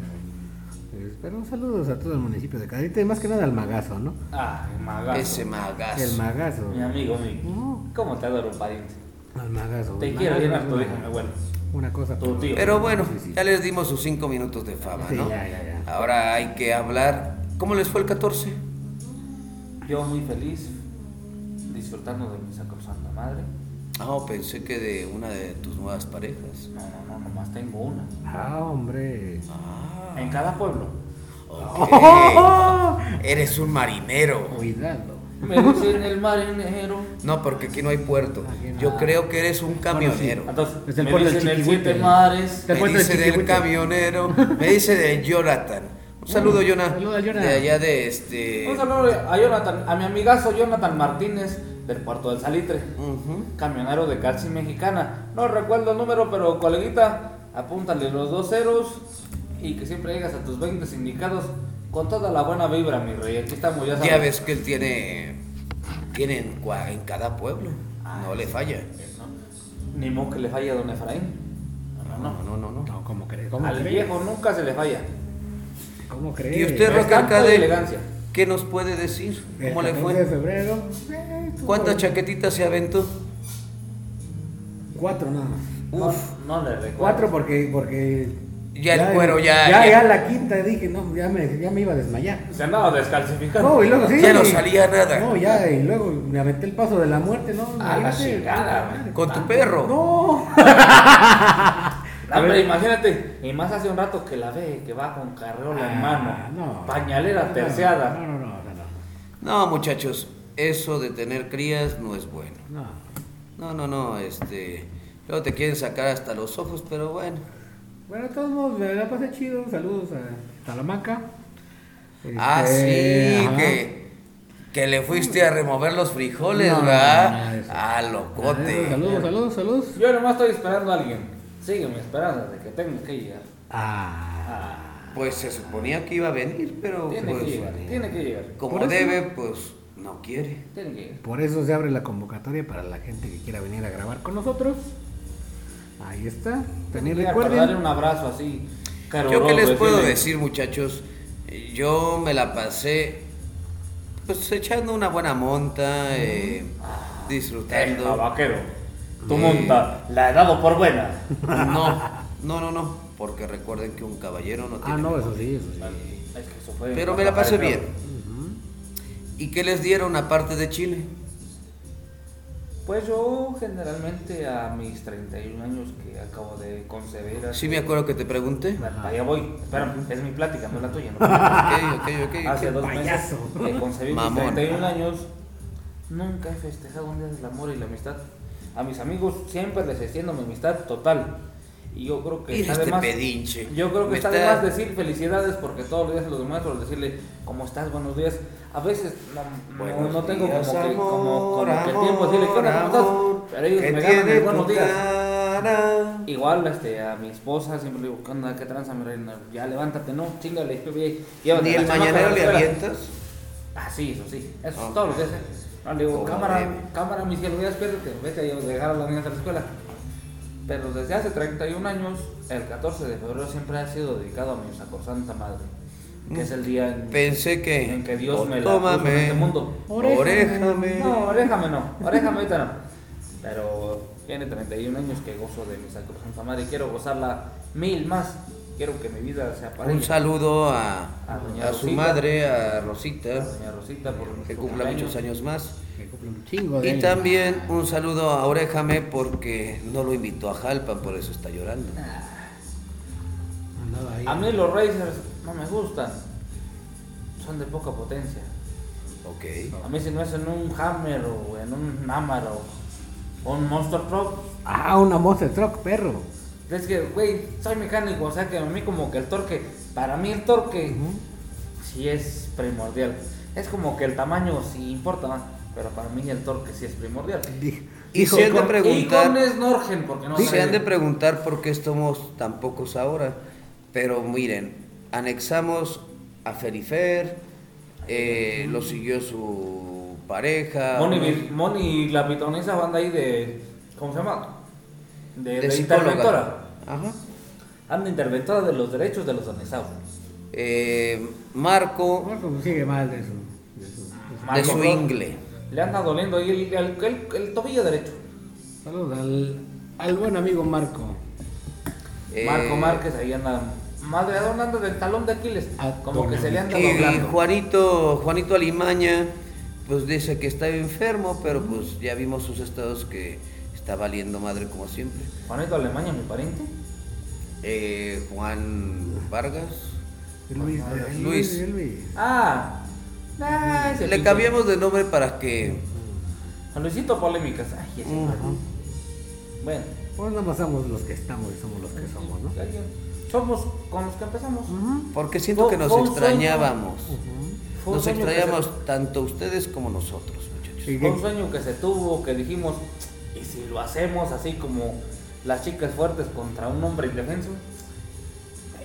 Speaker 1: Pues, Pero saludos a todo el municipio de Cadita y más que nada al magazo, ¿no?
Speaker 2: Ay, magazo.
Speaker 3: Ese magazo.
Speaker 1: El magazo.
Speaker 2: Mi amigo, mi.
Speaker 1: No,
Speaker 2: ¿Cómo te adoro, pariente?
Speaker 1: al magazo.
Speaker 2: Te
Speaker 1: El
Speaker 2: quiero bien
Speaker 1: magazo
Speaker 2: harto,
Speaker 1: es
Speaker 2: dijo mi
Speaker 1: una-
Speaker 2: abuelo.
Speaker 1: Una cosa.
Speaker 2: Tu tío.
Speaker 3: pero bueno,
Speaker 1: Sí, sí.
Speaker 3: ya les dimos sus cinco minutos de fama,
Speaker 1: Sí,
Speaker 3: ¿no?
Speaker 1: ya, ya, ya.
Speaker 3: Ahora hay que hablar. ¿Cómo les fue el 14?
Speaker 2: Yo muy feliz, disfrutando de mi sacrosanta madre.
Speaker 3: Ah, pensé que de una de tus nuevas parejas.
Speaker 2: No, no, no, nomás tengo una.
Speaker 1: Ah, hombre.
Speaker 3: Ah,
Speaker 2: En cada pueblo.
Speaker 1: <laughs>
Speaker 3: ok. Eres un marinero.
Speaker 1: Cuidado.
Speaker 2: Me dicen el marinero.
Speaker 3: No, porque aquí no hay puerto.
Speaker 1: Aquí no.
Speaker 3: Yo creo que eres un camionero.
Speaker 2: Entonces,
Speaker 1: Es el
Speaker 2: me
Speaker 1: puerto del
Speaker 2: dicen el
Speaker 1: Chiquihuite.
Speaker 2: siete mares.
Speaker 1: Te
Speaker 3: Me
Speaker 1: acuerdas
Speaker 3: dice
Speaker 1: del
Speaker 3: del
Speaker 1: Chiquihuite?
Speaker 3: camionero, me dice de Jonathan. Un saludo, Jonah.
Speaker 1: saludo al Jonah.
Speaker 3: De allá de este.
Speaker 2: Un saludo a Jonathan, a mi amigazo Jonathan Martínez del Puerto del Salitre,
Speaker 3: Ujú.
Speaker 2: camionero de Calci Mexicana. No recuerdo el número, pero coleguita, apúntale los dos ceros y que siempre llegas a tus 20 sindicados con toda la buena vibra, mi rey. Aquí estamos, ya sabes.
Speaker 3: Ya ves que él tiene. Tiene en, cua- en cada pueblo. No le falla.
Speaker 2: No, Ni modo que le falle a don Efraín. No, no, no.
Speaker 3: no, no. no.
Speaker 1: No, ¿cómo crees? ¿Cómo
Speaker 2: Al
Speaker 1: crees?
Speaker 2: viejo nunca se le falla.
Speaker 1: ¿Cómo crees?
Speaker 3: ¿Y usted,
Speaker 2: Es
Speaker 3: Roca
Speaker 2: tanta
Speaker 3: Arcade,
Speaker 2: elegancia.
Speaker 3: qué nos puede decir?
Speaker 1: El
Speaker 3: ¿Cómo le
Speaker 1: 14 de
Speaker 3: fue?
Speaker 1: febrero. eh, estuvo
Speaker 3: ¿Cuántas
Speaker 1: bien.
Speaker 3: chaquetitas se aventó?
Speaker 1: Cuatro nada más.
Speaker 3: Uf.
Speaker 2: No, no le recuerdo.
Speaker 1: Cuatro porque, porque
Speaker 3: Ya el cuero ya-
Speaker 1: ya,
Speaker 3: ya-
Speaker 1: ya la quinta dije, no, ya me, ya me iba a desmayar.
Speaker 2: Se andaba descalcificando.
Speaker 1: No, y luego sí.
Speaker 3: Ya no salía nada.
Speaker 1: No, ya, y luego me aventé el paso de la muerte, ¿no?
Speaker 2: A la
Speaker 1: Imagínate.
Speaker 2: chingada, güey.
Speaker 3: Con tu perro.
Speaker 1: No.
Speaker 2: No,
Speaker 1: A ver.
Speaker 2: pero imagínate, y más hace un rato que la ve, que va con carriola en
Speaker 1: Ah,
Speaker 2: mano,
Speaker 1: no.
Speaker 2: pañalera
Speaker 1: No,
Speaker 2: terciada.
Speaker 1: No, no, no, no, no.
Speaker 3: No, muchachos, eso de tener crías no es bueno.
Speaker 1: no.
Speaker 3: No, no, no, este. Luego te quieren sacar hasta los ojos, pero bueno.
Speaker 1: Bueno, de todos modos, me la pasé chido. Saludos a Salamanca.
Speaker 3: Ah,
Speaker 1: Este,
Speaker 3: sí,
Speaker 1: ajá.
Speaker 3: que, que le fuiste a remover los frijoles,
Speaker 1: No, no, nada de
Speaker 3: ¿verdad?
Speaker 1: eso.
Speaker 3: Ah, locote.
Speaker 1: Saludos, saludos, saludos.
Speaker 2: Yo nomás estoy esperando a alguien. Sígueme esperando desde que tengo que llegar.
Speaker 1: Ah.
Speaker 3: Pues se suponía que iba a venir, pero
Speaker 2: Tiene que
Speaker 3: pues,
Speaker 2: llegar, tiene que llegar,
Speaker 3: como
Speaker 1: Por eso.
Speaker 3: debe, pues no quiere.
Speaker 2: tiene que llegar.
Speaker 1: Por eso se abre la convocatoria para la gente que quiera venir a grabar con nosotros. Ahí está. También
Speaker 2: Mira, Para darle
Speaker 1: recuerden.
Speaker 2: un abrazo así.
Speaker 3: Yo
Speaker 2: caluroso,
Speaker 3: qué les puedo
Speaker 2: decirle,
Speaker 3: decir, muchachos, yo me la pasé pues echando una buena monta, eh,
Speaker 2: "Venga,
Speaker 3: disfrutando.
Speaker 2: vaquero. Tu
Speaker 3: Sí.
Speaker 2: monta, la he dado por buena.
Speaker 3: No,
Speaker 1: <laughs>
Speaker 3: no, no, no, porque recuerden que un caballero no tiene.
Speaker 1: Ah, no, eso sí, eso sí.
Speaker 2: Es que eso fue-
Speaker 3: Pero me la pasé
Speaker 2: Creo.
Speaker 3: bien.
Speaker 1: eh.
Speaker 3: ¿Y qué les dieron aparte de Chile?
Speaker 2: Pues yo generalmente a mis 31 años que acabo de concebir. así-
Speaker 3: Sí me acuerdo que te pregunté.
Speaker 2: Allá voy. Espera, es mi plática, no la tuya.
Speaker 3: <laughs>
Speaker 2: ¿no?
Speaker 3: Ok, ok, ok.
Speaker 2: Hace dos
Speaker 1: payaso.
Speaker 2: meses que concebí mis
Speaker 3: Mamón.
Speaker 2: 31 años. Nunca he festejado un día del amor y la amistad. A mis amigos siempre les extiendo mi amistad total. Y yo creo que
Speaker 3: Mira
Speaker 2: está de
Speaker 3: este
Speaker 2: más-
Speaker 3: pedinche.
Speaker 2: Yo creo que
Speaker 3: Me
Speaker 2: está, de
Speaker 3: está-
Speaker 2: más decir felicidades porque todos los días a los maestros decirle cómo estás, buenos días. A veces no, no-
Speaker 3: Buenos
Speaker 2: no tengo
Speaker 3: días,
Speaker 2: como, que, como, como
Speaker 3: amor,
Speaker 2: que el tiempo de decirle ¿qué onda, cómo
Speaker 3: amor,
Speaker 2: estás?". Pero ellos
Speaker 3: que
Speaker 2: me ganan
Speaker 3: tiene
Speaker 2: el buenos
Speaker 3: tu
Speaker 2: días.
Speaker 3: cara.
Speaker 2: Igual este, a mi esposa siempre le digo, ¿qué onda? ¿Qué tranza, mi reina? Ya levántate, no, chingale, bebé, llévate a
Speaker 3: Ni
Speaker 2: la
Speaker 3: el
Speaker 2: chamaca a la
Speaker 3: mañanero le
Speaker 2: escuela".
Speaker 3: avientas.
Speaker 2: Ah, sí, eso sí. Eso
Speaker 3: Ah.
Speaker 2: es todo lo que hace. No, le digo,
Speaker 3: Como
Speaker 2: cámara,
Speaker 3: debe.
Speaker 2: cámara, mi cielo, ya despiértate, vete a dejar a las niñas a la escuela. Pero desde hace 31 años, el 14 de febrero siempre ha sido dedicado a mi sacrosanta madre, que es el día en,
Speaker 3: Pensé que.
Speaker 2: en que Dios me la puso en
Speaker 3: Tómame.
Speaker 2: este mundo.
Speaker 3: Oréjame.
Speaker 2: No, oréjame no, oréjame ahorita no. Pero tiene 31 años que gozo de mi sacrosanta madre y quiero gozarla mil más. Quiero que mi vida sea para
Speaker 3: Un
Speaker 2: ella.
Speaker 3: saludo a,
Speaker 2: A doña
Speaker 3: a su
Speaker 2: Rosita.
Speaker 3: madre, a Rosita,
Speaker 2: Doña Rosita, por
Speaker 3: ¿eh? que
Speaker 2: su
Speaker 3: cumpla
Speaker 2: cumpleaños.
Speaker 3: muchos años más.
Speaker 1: Me cumple un chingo de Ah,
Speaker 3: Y
Speaker 1: años.
Speaker 3: también un saludo a Oréjame porque no lo invitó a Jalpan, por eso está llorando.
Speaker 1: Andaba ahí.
Speaker 2: A mí los Racers no me gustan. Son de poca potencia.
Speaker 3: Ok.
Speaker 2: A mí si no es en un Hammer o en un Amaro o un Monster Truck,
Speaker 1: Ah, una Monster Truck, perro.
Speaker 2: es que, güey, soy mecánico, o sea que a mí como que el torque, para mí el torque sí es primordial. Es como que el tamaño sí importa más, pero para mí el torque sí es primordial.
Speaker 1: Di-
Speaker 3: Y
Speaker 1: dijo-
Speaker 3: si han de
Speaker 2: Con- Y con
Speaker 3: preguntar,
Speaker 2: Snorgen, porque no
Speaker 3: se
Speaker 2: sé.
Speaker 3: han de preguntar por qué estamos tan pocos ahora. Pero miren, anexamos a Ferifer, eh, lo siguió su pareja.
Speaker 2: Moni, Moni, la pitonesa banda ahí de, ¿cómo se llama? De, de
Speaker 3: psicóloga.
Speaker 2: interventora.
Speaker 3: Ajá.
Speaker 2: Anda interventora de los derechos de los organizados.
Speaker 3: Eh, Marco,
Speaker 1: Marco pues, sigue mal de su. de su- de
Speaker 3: de
Speaker 2: Marco
Speaker 3: su
Speaker 2: Flor.
Speaker 3: ingle.
Speaker 2: Le anda doliendo ahí el, el- el- el tobillo derecho.
Speaker 1: su- Saludos al, al buen amigo Marco.
Speaker 3: Eh,
Speaker 2: Marco Márquez ahí anda madreadón anda del talón de Aquiles.
Speaker 1: Ah,
Speaker 2: Como que se le anda
Speaker 3: Y
Speaker 2: doblando.
Speaker 3: Juanito, Juanito Alimaña, pues dice que está enfermo, pero pues ya vimos sus estados que está valiendo madre como siempre.
Speaker 2: Juanito Alemania, mi pariente.
Speaker 3: Eh, Juan Vargas.
Speaker 1: Luis.
Speaker 3: Luis.
Speaker 2: Ah, ah, ese
Speaker 3: Le
Speaker 2: pinche-
Speaker 3: cambiamos de nombre para que...
Speaker 2: Juan Luisito Polémicas. Ay, ese
Speaker 3: Ujú.
Speaker 2: cabrón. Bueno,
Speaker 1: Pues no pasamos los que estamos y somos los que somos, ¿no?
Speaker 2: alguien- somos con los que empezamos.
Speaker 1: Ujú.
Speaker 3: Porque siento que nos
Speaker 2: Fue un sueño.
Speaker 3: extrañábamos.
Speaker 2: Fue un
Speaker 3: Nos
Speaker 2: sueño que
Speaker 3: extrañamos tanto ustedes como nosotros, muchachos.
Speaker 1: Y
Speaker 2: Fue un
Speaker 1: que-
Speaker 2: sueño que se tuvo, que dijimos, y si lo hacemos así como las chicas fuertes contra un hombre indefenso.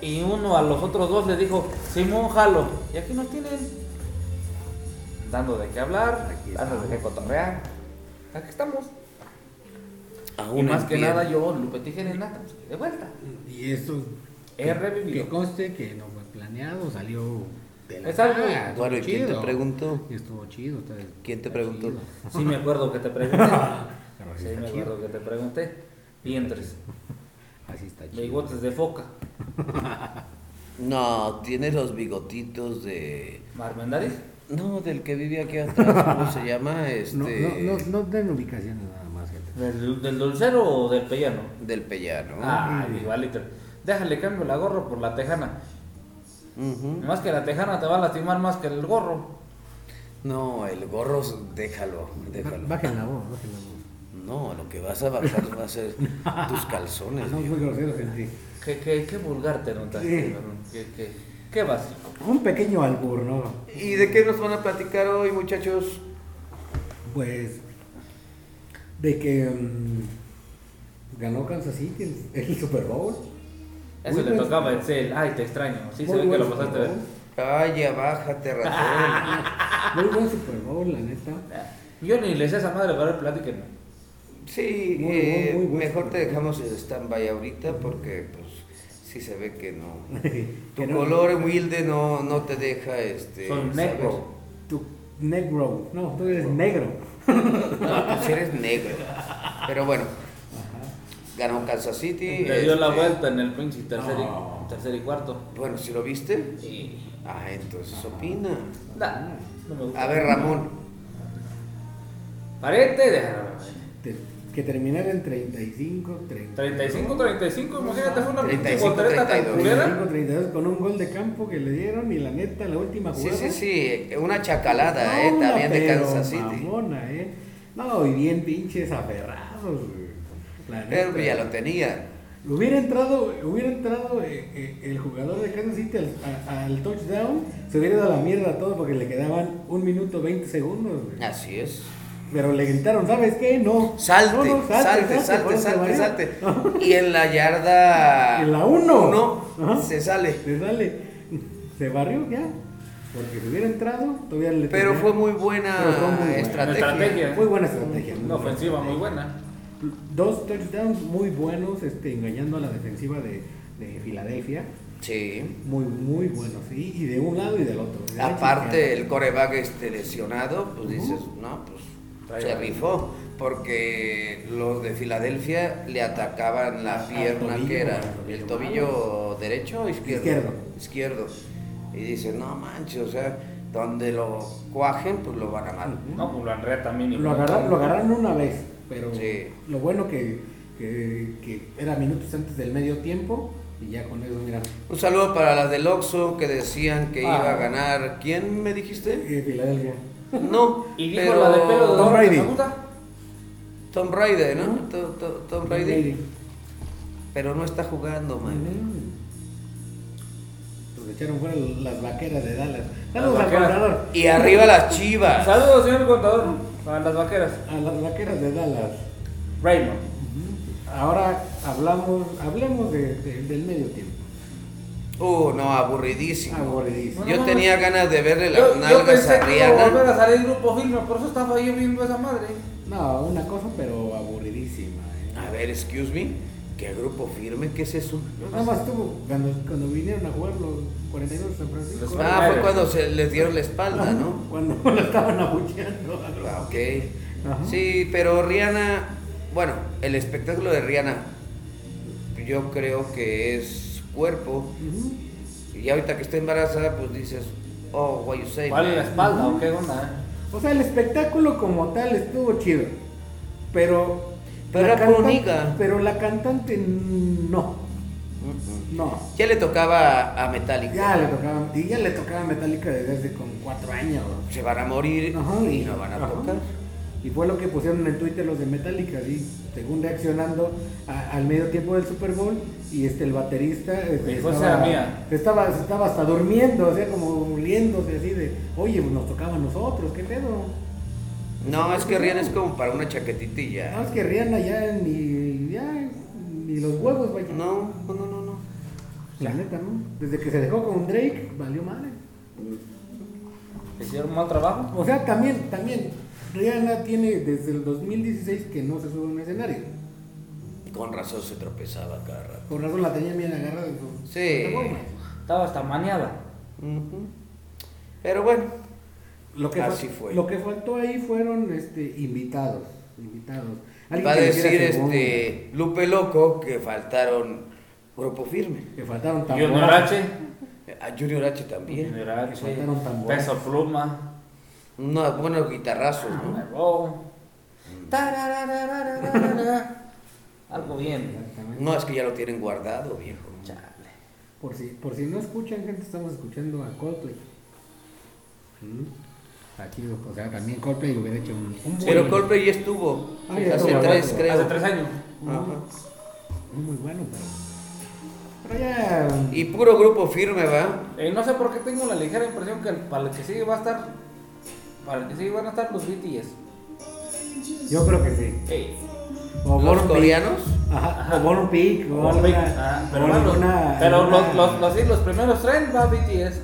Speaker 2: Y uno a los otros dos le dijo, Simón, jalo. Y aquí nos tienen. Dando de qué hablar,
Speaker 1: Aquí
Speaker 2: dando de qué cotorrear. Aquí estamos.
Speaker 3: Aún
Speaker 2: y más
Speaker 3: en
Speaker 2: que
Speaker 3: pie.
Speaker 2: nada yo, Lupe Tijeras Nata, pues, de vuelta.
Speaker 1: Y esto.
Speaker 2: He
Speaker 1: que-
Speaker 2: revivido.
Speaker 1: Que conste que no fue planeado, salió de la.
Speaker 2: Es algo-
Speaker 1: nada, estuvo
Speaker 3: Bueno, ¿y quién te
Speaker 1: chido.
Speaker 3: preguntó?
Speaker 1: Y estuvo chido. está-
Speaker 3: ¿Quién te
Speaker 1: está
Speaker 3: preguntó?
Speaker 1: chido. <laughs>
Speaker 2: Sí me acuerdo que te pregunté.
Speaker 1: Pero sí
Speaker 2: sí
Speaker 1: está
Speaker 2: me
Speaker 1: chido.
Speaker 2: acuerdo que te pregunté. vientres,
Speaker 1: Así está chido.
Speaker 2: bigotes de foca,
Speaker 3: No, tiene los bigotitos de.
Speaker 2: marmendares.
Speaker 3: No, del que vive aquí atrás,
Speaker 2: <laughs>
Speaker 3: ¿cómo se llama? Este.
Speaker 1: No, no, no, no den ubicaciones nada más, gente.
Speaker 2: ¿Del, del dulcero o del pellano?
Speaker 3: Del Pellano.
Speaker 2: Ay, igualito. Déjale cambio la gorro por la tejana.
Speaker 3: Ujú.
Speaker 2: Más que la tejana te va a lastimar más que el gorro.
Speaker 3: No, el gorro, déjalo, déjalo.
Speaker 1: Bajen la voz, bajen la voz.
Speaker 3: No, lo que vas a bajar va
Speaker 2: <laughs>
Speaker 3: a ser tus calzones.
Speaker 1: No, muy grosero, gente.
Speaker 2: Qué, qué, qué vulgar te notas.
Speaker 1: Sí.
Speaker 2: cabrón. Qué, qué, qué básico.
Speaker 1: Un pequeño albur, ¿no?
Speaker 3: ¿Y de qué nos van a platicar hoy, muchachos?
Speaker 1: Pues. De que. mm, ganó Kansas City el, el Super Bowl.
Speaker 2: Eso
Speaker 1: Muy
Speaker 2: le
Speaker 1: buen-
Speaker 2: tocaba a Excel. Ay, te extraño. Sí, se
Speaker 1: muy
Speaker 2: ve que
Speaker 1: buen
Speaker 2: lo pasaste. ¿eh?
Speaker 1: Super
Speaker 2: ver.
Speaker 1: Bowl.
Speaker 3: Calla, bájate, ratón.
Speaker 1: Muy buen Super Bowl, la neta.
Speaker 2: Yo ni les sé esa madre para el platíquenme.
Speaker 3: <laughs> Sí,
Speaker 1: Muy,
Speaker 3: eh,
Speaker 1: muy, muy bueno.
Speaker 3: mejor te dejamos en stand-by ahorita porque, pues, sí se ve
Speaker 1: <laughs>
Speaker 3: que no. <laughs> Tu
Speaker 1: Que no-
Speaker 3: color humilde no, no te deja, este...
Speaker 2: Soy
Speaker 3: saber.
Speaker 2: negro.
Speaker 1: Tu negro. No, tú eres negro.
Speaker 3: No, pues eres negro. Pero bueno, ganó Kansas City.
Speaker 2: Le dio la
Speaker 3: este,
Speaker 2: vuelta en el pinche tercer, y-
Speaker 1: No.
Speaker 2: tercer y cuarto.
Speaker 3: Bueno, si lo viste?
Speaker 2: Y...
Speaker 3: Ah, entonces opina.
Speaker 2: nah, no me gusta.
Speaker 3: A ver, Ramón.
Speaker 2: Parete, déjalo.
Speaker 1: Te- que terminara en 35, 30.
Speaker 2: 35, 35, imagínate, fue una pinche
Speaker 3: 35,
Speaker 2: voltereta tan
Speaker 3: 32.
Speaker 2: culera.
Speaker 1: 35, 32 con un gol de campo que le dieron y la neta, la última
Speaker 3: Sí,
Speaker 1: jugada.
Speaker 3: sí, sí. eh, Una chacalada, ¿eh?
Speaker 1: No, una
Speaker 3: También de
Speaker 1: pero
Speaker 3: Kansas City.
Speaker 1: mamona, ¿eh? No, y bien pinches aferrados, güey. La
Speaker 3: Pero
Speaker 1: neta.
Speaker 3: ya lo tenía.
Speaker 1: Hubiera entrado, hubiera entrado eh, eh, el jugador de Kansas City al, a- al touchdown, se hubiera ido a la mierda todo porque le quedaban un minuto 20 segundos. güey.
Speaker 3: Así es.
Speaker 1: Pero le gritaron, ¿sabes qué? No.
Speaker 3: Salte,
Speaker 1: No, no,
Speaker 3: salte, salte,
Speaker 1: fueron de
Speaker 3: salte,
Speaker 1: varios.
Speaker 3: salte. Y en la yarda.
Speaker 1: En la uno.
Speaker 3: uno,
Speaker 1: Ajá.
Speaker 3: se sale.
Speaker 1: Le sale. Se barrió ya. Porque si hubiera entrado, todavía le
Speaker 3: Pero
Speaker 1: tenía-
Speaker 3: fue muy buena
Speaker 1: Pero fue muy buena.
Speaker 3: estrategia.
Speaker 2: Estrategia.
Speaker 1: Muy buena estrategia. muy
Speaker 2: Una
Speaker 1: buena
Speaker 2: ofensiva muy buena.
Speaker 1: Dos touchdowns muy buenos, este, engañando a la defensiva de, de Filadelfia.
Speaker 3: Sí.
Speaker 1: Muy, muy buenos. Y, y de un lado y del otro. De la
Speaker 3: Aparte
Speaker 1: chica.
Speaker 3: el coreback este lesionado, pues
Speaker 1: Ujú.
Speaker 3: dices, no, pues
Speaker 2: Uh-huh. Trae
Speaker 3: se
Speaker 2: la-
Speaker 3: rifó, porque los de Filadelfia le atacaban la
Speaker 2: Ah,
Speaker 1: Al
Speaker 3: pierna
Speaker 1: tobillo,
Speaker 3: que era
Speaker 1: al tobillo
Speaker 3: el tobillo derecho o izquierdo.
Speaker 1: Izquierdo.
Speaker 3: Izquierdo. Y dices, no manches, o sea, donde lo cuajen, pues lo van a matar.
Speaker 2: No, pues lo enredé también. y
Speaker 1: Lo agarraron, lo agarraron una vez, pero
Speaker 3: Sí.
Speaker 1: lo bueno que, que, que era minutos antes del medio tiempo y ya con eso, mira,
Speaker 3: Un saludo para las del Oxxo que decían que
Speaker 2: Ah.
Speaker 3: iba a ganar. ¿Quién me dijiste?
Speaker 1: eh, Filadelfia.
Speaker 3: No,
Speaker 2: <laughs> Y dijo
Speaker 3: pero
Speaker 2: la de pelo de
Speaker 1: Tom
Speaker 2: hombre que
Speaker 1: Brady.
Speaker 2: me gusta.
Speaker 3: Tom Brady, ¿no?
Speaker 2: Uh-huh.
Speaker 3: To- to- Tom Brady. Pero no está jugando, man.
Speaker 1: Pues echaron fuera las vaqueras de Dallas.
Speaker 2: Las
Speaker 1: Saludos al
Speaker 2: vaqueras.
Speaker 1: contador.
Speaker 3: Y arriba las chivas.
Speaker 2: Saludos, señor contador, a las vaqueras.
Speaker 1: A las vaqueras de Dallas.
Speaker 2: Raymond.
Speaker 1: Ahora hablamos, hablemos de- de- del medio tiempo.
Speaker 3: Uh, no, aburridísimo.
Speaker 1: Aburridísimo.
Speaker 3: Yo tenía ganas de verle las
Speaker 2: Yo, yo
Speaker 3: nalgas
Speaker 2: pensé
Speaker 3: a
Speaker 2: que iba a volver
Speaker 3: Rihanna.
Speaker 2: a salir grupo firme, por eso estaba yo viendo esa madre.
Speaker 1: No, una cosa, pero aburridísima. ¿eh?
Speaker 3: A ver, excuse me, ¿qué grupo firme? ¿Qué es eso? Ah,
Speaker 1: Nada más tuvo cuando, cuando vinieron a jugar los 42 de San Francisco.
Speaker 2: Los
Speaker 3: Ah, fue cuando se les dieron la espalda, ¿no?
Speaker 1: Cuando <laughs> lo estaban abucheando.
Speaker 3: Ah, ok.
Speaker 1: Ajá.
Speaker 3: Sí, pero Rihanna, bueno, el espectáculo de Rihanna, yo creo que es cuerpo.
Speaker 1: Ujú.
Speaker 3: Y ahorita que está embarazada, pues dices, oh, what you say.
Speaker 2: ¿Cuál es la
Speaker 3: man?
Speaker 2: espalda o qué onda? eh?
Speaker 1: O sea, el espectáculo como tal estuvo chido. Pero.
Speaker 3: Pero
Speaker 1: la
Speaker 3: era puro
Speaker 1: cantan-
Speaker 3: nigga.
Speaker 1: Pero la cantante no.
Speaker 3: Mm, mm.
Speaker 1: No.
Speaker 3: Ya le tocaba a Metallica.
Speaker 1: Ya le tocaba, y ya le tocaba Metallica desde hace como cuatro años.
Speaker 3: Se van a morir
Speaker 1: Ajá,
Speaker 3: y no van a
Speaker 1: ajá.
Speaker 3: tocar.
Speaker 1: Y fue lo que pusieron en Twitter los de Metallica, así, según reaccionando a- al medio tiempo del Super Bowl. Y este, el baterista este,
Speaker 2: Dijo, "Sea mía".
Speaker 1: se estaba, se estaba hasta durmiendo, o sea, como muriéndose así de, oye, pues nos tocaba a nosotros, qué pedo.
Speaker 3: No, es que Rihanna es como para una chaquetitilla.
Speaker 1: No, es que Rihanna ya ni, ya, ni los huevos, vaya.
Speaker 3: No, no, no, no, no.
Speaker 1: La neta, ¿no? Desde que se dejó con Drake, valió madre.
Speaker 2: ¿Hicieron mal trabajo?
Speaker 1: O sea, también, también, Rihanna tiene desde el 2016 que no se sube a un escenario.
Speaker 3: Con razón se tropezaba cada rato.
Speaker 1: Con razón la tenía bien agarrada en su
Speaker 3: Sí.
Speaker 1: plataforma.
Speaker 2: Estaba hasta maniada.
Speaker 3: Ujú. Pero bueno,
Speaker 1: Lo que,
Speaker 3: Así
Speaker 1: fal-
Speaker 3: fue.
Speaker 1: lo que faltó ahí fueron este, invitados, invitados. Alguien
Speaker 3: va a
Speaker 1: que dijera
Speaker 3: decir
Speaker 1: según-
Speaker 3: este Lupe Loco que faltaron Grupo Firme.
Speaker 1: Que faltaron
Speaker 2: Junior
Speaker 1: tambores.
Speaker 2: H.
Speaker 3: A Junior H también.
Speaker 2: Junior H.
Speaker 1: Faltaron tambores. Ah.
Speaker 2: Peso Pluma. Pues,
Speaker 3: Unos buenos guitarrazos,
Speaker 2: Ah.
Speaker 3: ¿no?
Speaker 2: Bow. Tararararararara. Algo bien.
Speaker 1: Exactamente.
Speaker 3: No, es que ya lo tienen guardado, viejo.
Speaker 2: Chale.
Speaker 1: Por si, por si no escuchan, gente, estamos escuchando a Coldplay. Mm. Aquí, o sea, también Coldplay hubiera hecho un... un buen-
Speaker 3: Pero Coldplay ya estuvo
Speaker 1: Ah, ya
Speaker 3: hace
Speaker 1: estuvo.
Speaker 3: tres,
Speaker 1: Hace
Speaker 3: creo.
Speaker 2: Hace tres años.
Speaker 1: un-
Speaker 3: Ajá.
Speaker 1: un muy bueno, pero... Pero ya...
Speaker 3: Y puro grupo firme, ¿va?
Speaker 2: Eh, no sé por qué tengo la ligera impresión que el- para el que sigue va a estar. Para el que sigue van a estar los BTS.
Speaker 1: Yo creo que sí.
Speaker 2: Ey.
Speaker 1: O
Speaker 3: Los
Speaker 1: Born Pig.
Speaker 3: coreanos.
Speaker 1: Ajá, o Born Pig. O
Speaker 2: Born Pig,
Speaker 1: alguna...
Speaker 2: ah,
Speaker 1: o
Speaker 2: Pero, bueno,
Speaker 1: alguna-
Speaker 2: pero
Speaker 1: alguna-
Speaker 2: los, los, los, sí, los primeros tres va BTS.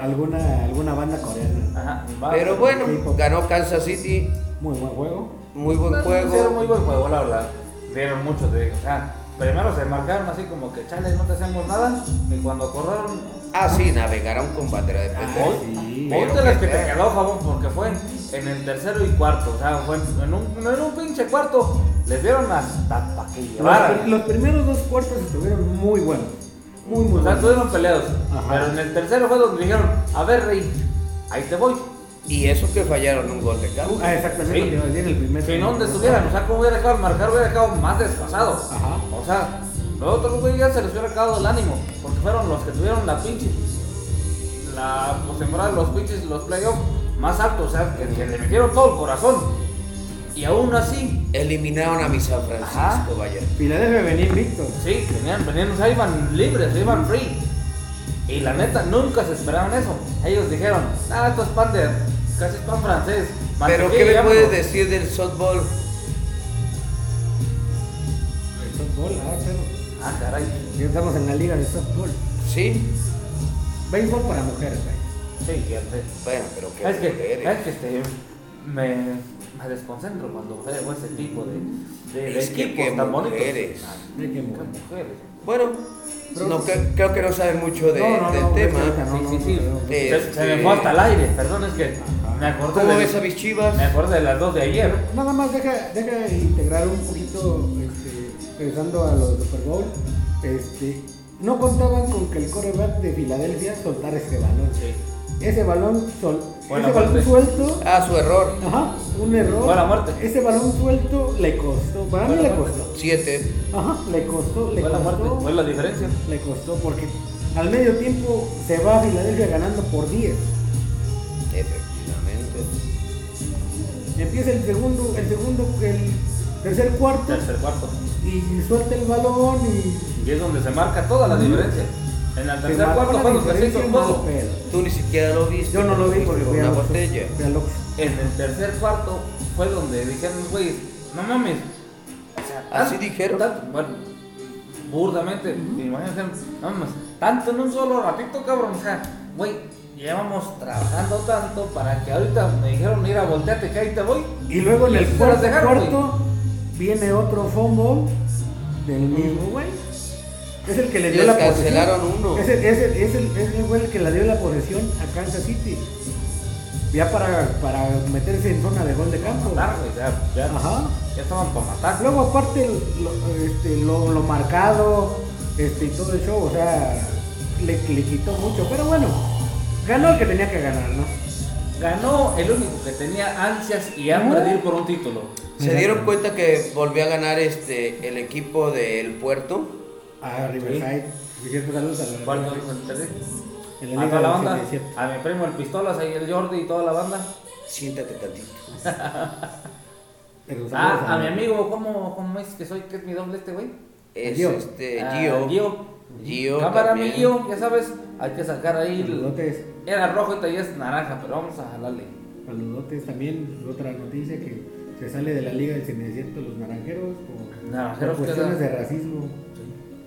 Speaker 1: alguna, alguna banda coreana.
Speaker 2: Ajá, va.
Speaker 3: Pero bueno, ganó Kansas City.
Speaker 1: Muy buen juego.
Speaker 3: Muy buen
Speaker 2: Hicieron
Speaker 3: juego.
Speaker 2: muy buen juego, la verdad. Dieron mucho, te digo. O sea, primero se marcaron así como que chales, no te hacemos nada. Y cuando corrieron,
Speaker 3: Ah, sí, navegaron con bandera de
Speaker 1: Ah,
Speaker 3: pendejo.
Speaker 1: sí.
Speaker 2: ponte
Speaker 3: pero
Speaker 2: las
Speaker 3: que
Speaker 2: que te
Speaker 3: sea.
Speaker 2: quedó, jabón, porque fue en, en el tercero y cuarto. O sea, fue en, en un, no en un pinche cuarto. Les dieron hasta para que
Speaker 1: Los,
Speaker 2: llevaran.
Speaker 1: los primeros dos cuartos estuvieron muy buenos. Muy, muy
Speaker 2: o sea,
Speaker 1: buenos.
Speaker 2: estuvieron peleados.
Speaker 1: Ajá.
Speaker 2: Pero en el tercero fue donde dijeron, a ver, rey, ahí te voy.
Speaker 3: Y eso que fallaron un gol de campo.
Speaker 1: Ah, exactamente,
Speaker 2: Sí.
Speaker 1: lo que iba a decir, el primer
Speaker 2: Si no, donde
Speaker 1: tiempo.
Speaker 2: estuvieran, o sea, como hubiera acabado de marcar, hubiera acabado más desfasado.
Speaker 1: Ajá.
Speaker 2: O sea, los otros güeyes ya se les hubiera acabado el ánimo, porque fueron los que tuvieron la pinche, la pues, temporada, los pinches, los playoffs más altos, o sea, que, que le metieron todo el corazón. Y aún así,
Speaker 3: Eliminaron a mi San Francisco,
Speaker 2: Ajá.
Speaker 3: vaya.
Speaker 1: Filadelfia venía invicto.
Speaker 2: sí, venían, venían, o sea, iban libres, iban free. Y la neta, nunca se esperaron eso. Ellos dijeron, ah, esto es pan de, casi es pan francés.
Speaker 3: Pero ¿qué
Speaker 2: mantequilla,
Speaker 3: le puedes
Speaker 2: vámonos".
Speaker 3: decir del softball?
Speaker 1: El softball, ah, claro.
Speaker 2: Ah, caray.
Speaker 1: Ya estamos en la liga de softball.
Speaker 3: Sí.
Speaker 1: Béisbol para mujeres, güey.
Speaker 2: Sí, ya sé.
Speaker 3: Bueno, pero qué
Speaker 2: Es que,
Speaker 3: mujeres.
Speaker 2: es que este, me, me desconcentro cuando veo ese tipo de, de, de
Speaker 3: Es que
Speaker 2: equipos
Speaker 3: qué
Speaker 2: tan
Speaker 3: mujeres.
Speaker 2: bonitos. Ah,
Speaker 1: De qué
Speaker 2: qué
Speaker 1: mujer.
Speaker 2: mujeres.
Speaker 3: Bueno,
Speaker 1: Pero-
Speaker 3: no, cre- creo que no saben mucho de-
Speaker 1: No, no,
Speaker 3: del
Speaker 1: no,
Speaker 3: tema.
Speaker 1: no, no.
Speaker 2: sí, sí, sí.
Speaker 1: no,
Speaker 2: Se- Se me fue hasta el aire, perdón, es que me acordé,
Speaker 3: Este, ¿Cómo ves a
Speaker 2: de,
Speaker 3: mis chivas?
Speaker 2: me acordé de las dos de ayer.
Speaker 1: Nada más deja, deja integrar un poquito, este, regresando a los de Super Bowl, este, no contaban con que el coreback de Filadelfia soltara ese balón.
Speaker 2: Sí.
Speaker 1: Ese balón, sol,
Speaker 2: Buena
Speaker 1: ese balón
Speaker 2: parte.
Speaker 1: suelto,
Speaker 3: Ah, su error.
Speaker 1: ajá, un error.
Speaker 2: Buena muerte.
Speaker 1: Ese balón suelto le costó, para mí
Speaker 2: Buena
Speaker 1: le
Speaker 2: muerte.
Speaker 1: costó.
Speaker 3: Siete.
Speaker 1: Ajá, le costó, le
Speaker 2: Fue la muerte,
Speaker 1: costó.
Speaker 2: fue la diferencia.
Speaker 1: Le costó porque al medio tiempo se va a Filadelfia ganando por 10.
Speaker 3: Efectivamente.
Speaker 1: Empieza el segundo, el segundo, el tercer cuarto
Speaker 2: Tercer cuarto.
Speaker 1: y suelta el balón y
Speaker 2: Y es donde se marca toda la diferencia. En el
Speaker 1: se
Speaker 2: tercer
Speaker 1: marcó
Speaker 2: cuarto
Speaker 1: la
Speaker 2: fue donde se hizo
Speaker 1: diferencia,
Speaker 2: el
Speaker 1: no,
Speaker 2: juego.
Speaker 1: pero
Speaker 3: Tú ni siquiera lo viste.
Speaker 1: Yo no lo vi porque fui
Speaker 3: una
Speaker 1: al Oxxo,
Speaker 3: botella.
Speaker 1: fui al Oxxo.
Speaker 2: En el tercer cuarto fue donde dijeron los güeyes, no mames. O sea,
Speaker 3: Así
Speaker 2: tan-
Speaker 3: dijeron.
Speaker 2: tan- bueno, burdamente, imagínate, no mames, tanto en un solo ratito, cabrón. O sea, güey, llevamos trabajando tanto para que ahorita me dijeron ir a voltearte que ahí te voy.
Speaker 1: Y luego en el
Speaker 2: se los
Speaker 1: cuarto,
Speaker 2: dejaron, güey.
Speaker 1: cuarto viene otro fumble del mismo güey. Es el que le dio
Speaker 3: Les
Speaker 1: la posesión.
Speaker 3: cancelaron uno.
Speaker 1: Es el, es el- es el- es el güey el que le dio la posesión a Kansas City. Ya para, para meterse en zona de gol de campo.
Speaker 2: Matar, güey, ya, ya,
Speaker 1: Ajá.
Speaker 2: ya estaban para matar.
Speaker 1: Luego aparte lo, este, lo, lo marcado este, y todo el show, o sea, le, le quitó mucho. Pero bueno, ganó el que tenía que ganar, ¿no?
Speaker 2: Ganó el único que tenía ansias y hambre de ir por un título.
Speaker 3: Se dieron cuenta que volvió a ganar este el equipo del puerto.
Speaker 1: A Riverside. Si quieres, pues, saludos a la-
Speaker 2: Cuarto, tercer-
Speaker 1: en
Speaker 2: A toda
Speaker 1: del
Speaker 2: la banda,
Speaker 1: 77.
Speaker 2: a mi primo el Pistolas, ahí el Jordi y toda la banda.
Speaker 3: Siéntate tantito.
Speaker 1: Pero saludos
Speaker 2: Ah, a mi amigo, ¿cómo, cómo es que soy? ¿Qué es mi doble este güey?
Speaker 3: Es
Speaker 1: Gio.
Speaker 3: este
Speaker 2: Ah,
Speaker 3: Gio.
Speaker 2: Gio.
Speaker 3: Gio
Speaker 2: Cámara, mi
Speaker 3: también.
Speaker 2: Gio, ya sabes, hay que sacar ahí. el-
Speaker 1: Saludotes.
Speaker 2: Era rojo y todavía es naranja, pero vamos a jalarle.
Speaker 1: Saludotes también. pues, Otra noticia que se sale de la Liga del Cinecierto los naranjeros. Por,
Speaker 2: Naranjeros
Speaker 1: por cuestiones
Speaker 2: queda-
Speaker 1: de racismo.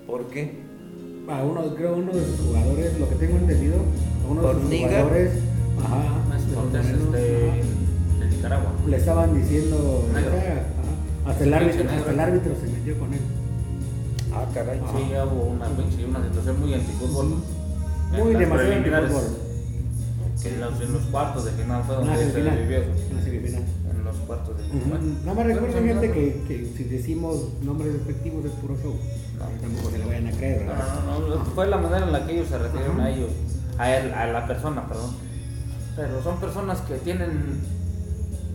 Speaker 3: ¿Por qué?
Speaker 1: A uno, creo uno de sus jugadores, lo que tengo entendido, a uno de sus
Speaker 3: Horniga.
Speaker 1: jugadores. Ajá.
Speaker 2: Es porque es
Speaker 1: morenos,
Speaker 2: este,
Speaker 1: ajá.
Speaker 2: de Nicaragua.
Speaker 1: le estaban diciendo
Speaker 2: Negro.
Speaker 1: "Oiga", ajá, hasta el
Speaker 2: Pinche
Speaker 1: árbitro
Speaker 2: negro.
Speaker 1: hasta el árbitro se metió con él
Speaker 3: Ah, caray.
Speaker 1: Ajá.
Speaker 2: Sí, hubo una pinche, una situación muy antifútbol. En
Speaker 1: muy
Speaker 2: las
Speaker 1: demasiado
Speaker 2: preliminares,
Speaker 1: antifútbol.
Speaker 2: que en los, en los cuartos de final fue
Speaker 1: una
Speaker 2: donde se
Speaker 1: semifinal
Speaker 2: vivió.
Speaker 1: una semifinal
Speaker 2: En los cuartos de
Speaker 1: Ujú.
Speaker 2: bueno,
Speaker 1: Nada más recuerden,
Speaker 2: estamos
Speaker 1: gente,
Speaker 2: hablando-
Speaker 1: que, que si decimos nombres respectivos es puro show.
Speaker 2: No. Ah.
Speaker 1: Tampoco se le vayan a creer,
Speaker 2: No,
Speaker 1: ¿verdad?
Speaker 2: no, no, no, fue la manera en la que ellos se refirieron
Speaker 1: Ajá.
Speaker 2: a ellos, a, él, a la persona, perdón. Pero son personas que tienen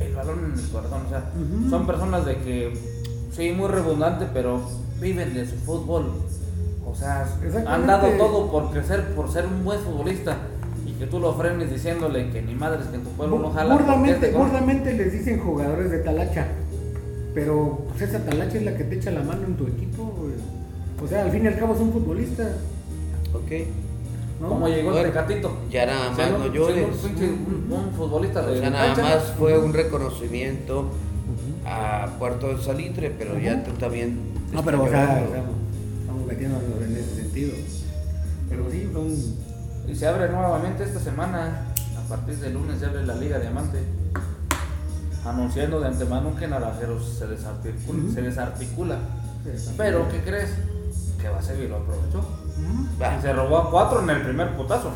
Speaker 2: el balón en el corazón, o sea,
Speaker 1: Ujú.
Speaker 2: son personas de que, sí, muy redundante, pero viven de su fútbol. O sea, han
Speaker 1: Exactamente.
Speaker 2: dado todo por crecer, por ser un buen futbolista. Y que tú lo frenes diciéndole que ni madres que en tu pueblo no jala. porque es de
Speaker 1: Gordamente,
Speaker 2: gol.
Speaker 1: gordamente les dicen jugadores de talacha, pero pues, esa talacha es la que te echa la mano en tu equipo. güey. O sea, al fin y al cabo es un futbolista,
Speaker 2: Ah.
Speaker 3: Ok.
Speaker 1: ¿no?
Speaker 2: Como llegó el
Speaker 3: Bueno,
Speaker 2: Tecatito.
Speaker 3: ya nada más
Speaker 2: Según-
Speaker 3: no llores.
Speaker 2: según Un, un futbolista de
Speaker 3: O sea, nada
Speaker 2: cancha,
Speaker 3: más fue un reconocimiento
Speaker 1: Ujú.
Speaker 3: a Puerto del Salitre, pero ya tú también.
Speaker 1: No, pero o sea,
Speaker 3: llorando.
Speaker 1: estamos, estamos metiéndonos en ese sentido. Pero sí, son
Speaker 2: Y se abre nuevamente esta semana. A partir del lunes se abre la Liga Diamante. Anunciando de antemano que Naranjeros se desarticula.
Speaker 1: Ujú.
Speaker 2: se desarticula. Pero, ¿qué crees? Que va a seguir, lo aprovechó.
Speaker 1: Ujú.
Speaker 3: Va.
Speaker 2: Y se robó a cuatro en el primer putazo.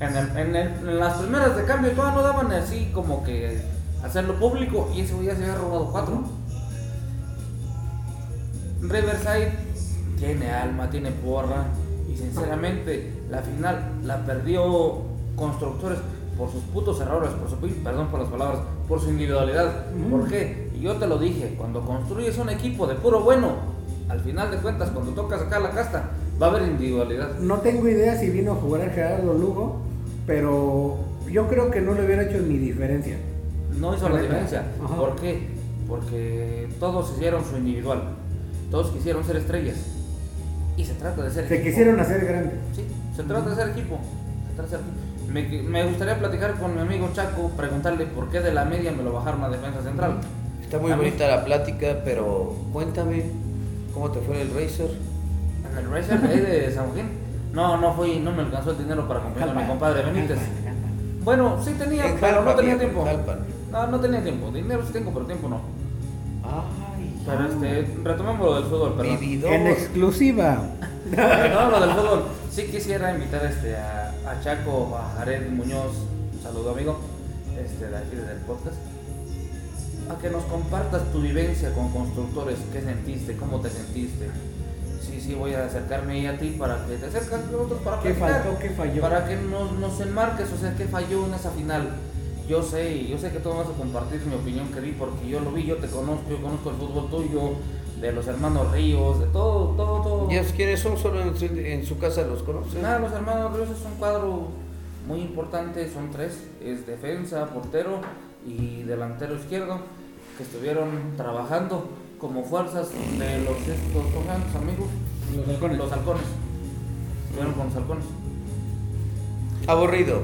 Speaker 2: En, el- en el- en las primeras de cambio todas no daban así como que hacerlo público y ese güey ya se había robado cuatro. Riverside tiene alma, tiene porra y sinceramente la final la perdió constructores por sus putos errores, por su pin- perdón por las palabras, por su individualidad.
Speaker 1: Ujú.
Speaker 2: ¿Por qué? Y yo te lo dije, cuando construyes un equipo de puro bueno, al final de cuentas cuando toca sacar la casta, va a haber individualidad.
Speaker 1: No tengo idea si vino a jugar a Gerardo Lugo, pero yo creo que no le hubiera hecho ni diferencia.
Speaker 2: No hizo la
Speaker 1: Ajá.
Speaker 2: diferencia.
Speaker 1: Ajá.
Speaker 2: ¿Por qué? Porque todos hicieron su individual. Todos quisieron ser estrellas. Y se trata de ser
Speaker 1: Se
Speaker 2: equipo.
Speaker 1: quisieron hacer grandes.
Speaker 2: Sí, se trata de ser equipo. Se trata de ser equipo. Me, me gustaría platicar con mi amigo Chaco, preguntarle por qué de la media me lo bajaron a defensa central.
Speaker 3: Está muy
Speaker 2: A mí-
Speaker 3: bonita la plática, pero cuéntame, ¿cómo te fue en el Racer?
Speaker 2: En el Racer de ahí de San Joaquín. No, no fui, no me alcanzó el dinero para acompañar a mi compadre Benítez. Bueno, sí tenía,
Speaker 3: En
Speaker 2: pero no
Speaker 3: Jalpan,
Speaker 2: tenía
Speaker 3: viejo,
Speaker 2: tiempo.
Speaker 3: en Jalpan.
Speaker 2: No, no tenía tiempo. Dinero sí tengo, pero tiempo no.
Speaker 3: Ay,
Speaker 2: Pero este,
Speaker 1: Mm.
Speaker 2: retomemos lo del fútbol, perdón.
Speaker 3: vividor.
Speaker 1: En exclusiva.
Speaker 2: <laughs> No, lo del fútbol. Sí quisiera invitar este, a, a Chaco, a Jared Muñoz, un saludo amigo, este, de aquí desde el podcast, a que nos compartas tu vivencia con constructores, qué sentiste, cómo te sentiste. Sí, sí, voy a acercarme ahí a ti para que te acerques con nosotros para
Speaker 1: ¿Qué
Speaker 2: platicar,
Speaker 1: faltó? ¿Qué falló?
Speaker 2: Para que nos, nos enmarques, o sea, qué falló en esa final. Yo sé, y yo sé que tú vas a compartir mi opinión que di porque yo lo vi, yo te conozco, yo conozco el fútbol tuyo, de los hermanos Ríos, de todo, todo, todo.
Speaker 3: ¿Y ellos quiénes son? Solo en su, en su casa los conocen.
Speaker 2: Nada, los hermanos Ríos es un cuadro muy importante, son tres, es defensa, portero y delantero izquierdo, que estuvieron trabajando como fuerzas de los estos, ¿cómo se llaman tus amigos?
Speaker 1: Los halcones.
Speaker 2: Los halcones. Estuvieron con los halcones.
Speaker 3: Aburrido.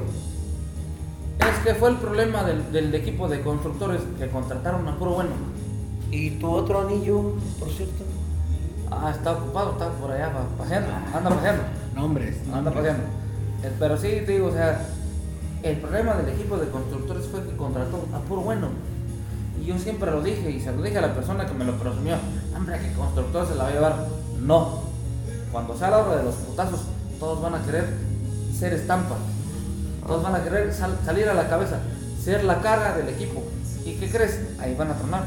Speaker 2: Es que fue el problema del, del equipo de constructores que contrataron a puro bueno.
Speaker 3: ¿Y tu otro anillo, por cierto?
Speaker 2: Ah, está ocupado, está por allá va, paseando, anda paseando.
Speaker 1: Nombres.
Speaker 2: anda
Speaker 1: nombres.
Speaker 2: paseando. Eh, Pero sí, te digo, o sea, el problema del equipo de constructores fue que contrató a puro bueno. Y yo siempre lo dije, y se lo dije a la persona que me lo presumió, hombre, que constructor se la va a llevar. No. Cuando sea la hora de los putazos, todos van a querer ser estampa. Todos van a querer sal- salir a la cabeza, ser la cara del equipo. ¿Y qué crees? Ahí van a tronar.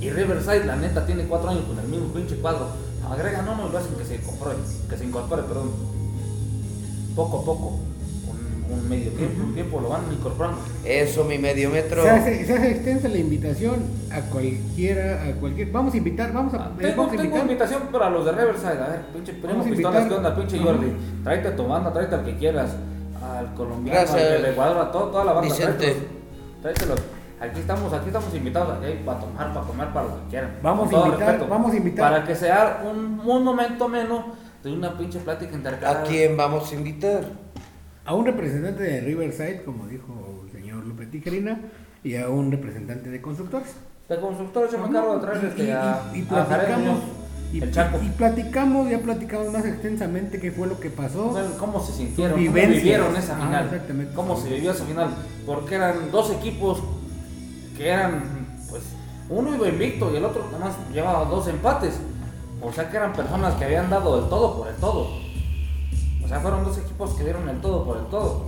Speaker 2: Y Riverside, la neta, tiene cuatro años con el mismo pinche cuadro. Agregan uno y lo hacen que se incorpore, que se incorpore, perdón. Poco a poco, un, un medio tiempo, un tiempo lo van incorporando.
Speaker 3: Eso, mi medio metro.
Speaker 1: Se hace, se hace extensa la invitación a cualquiera, a cualquier. Vamos a invitar, vamos a,
Speaker 2: <laughs> Ah,
Speaker 1: eh,
Speaker 2: Tengo,
Speaker 1: vamos a
Speaker 2: tengo
Speaker 1: invitar.
Speaker 2: invitación para los de Riverside. A ver, pinche primo
Speaker 1: Vamos a
Speaker 2: pistolas,
Speaker 1: invitar.
Speaker 2: ¿qué onda, pinche
Speaker 1: Ajá.
Speaker 2: Jordi? Tráete a tu banda, tráete al que quieras. Al colombiano,
Speaker 3: Gracias,
Speaker 2: al que le cuadra, todo, toda la banda.
Speaker 3: Vicente.
Speaker 2: tráetelos, Tráetelos. Aquí estamos, aquí estamos invitados, aquí hay para tomar, para comer, para lo que quieran.
Speaker 1: Vamos
Speaker 2: Con
Speaker 1: a
Speaker 2: todo
Speaker 1: invitar, vamos a invitar.
Speaker 2: Para que sea un, un momento menos de una pinche plática intercalada.
Speaker 3: ¿A quién vamos a invitar?
Speaker 1: A un representante de Riverside, como dijo el señor López Tijerina, y a un representante de constructores.
Speaker 2: De constructores yo me encargo de traer
Speaker 1: Y-
Speaker 2: este,
Speaker 1: y-
Speaker 2: a,
Speaker 1: y
Speaker 2: a Jared
Speaker 1: platicamos.
Speaker 2: Muñoz,
Speaker 1: Y,
Speaker 2: el Chaco.
Speaker 1: y platicamos, ya platicamos más extensamente qué fue lo que pasó.
Speaker 2: O sea, ¿Cómo se sintieron?
Speaker 1: Sus
Speaker 2: ¿Cómo
Speaker 1: vivencias.
Speaker 2: vivieron esa
Speaker 1: Ajá,
Speaker 2: final?
Speaker 1: exactamente.
Speaker 2: ¿Cómo se vivió esa final? Porque eran dos equipos que eran, pues, uno iba invicto y el otro nada más llevaba dos empates. O sea que eran personas que habían dado el todo por el todo. O sea, fueron dos equipos que dieron el todo por el todo.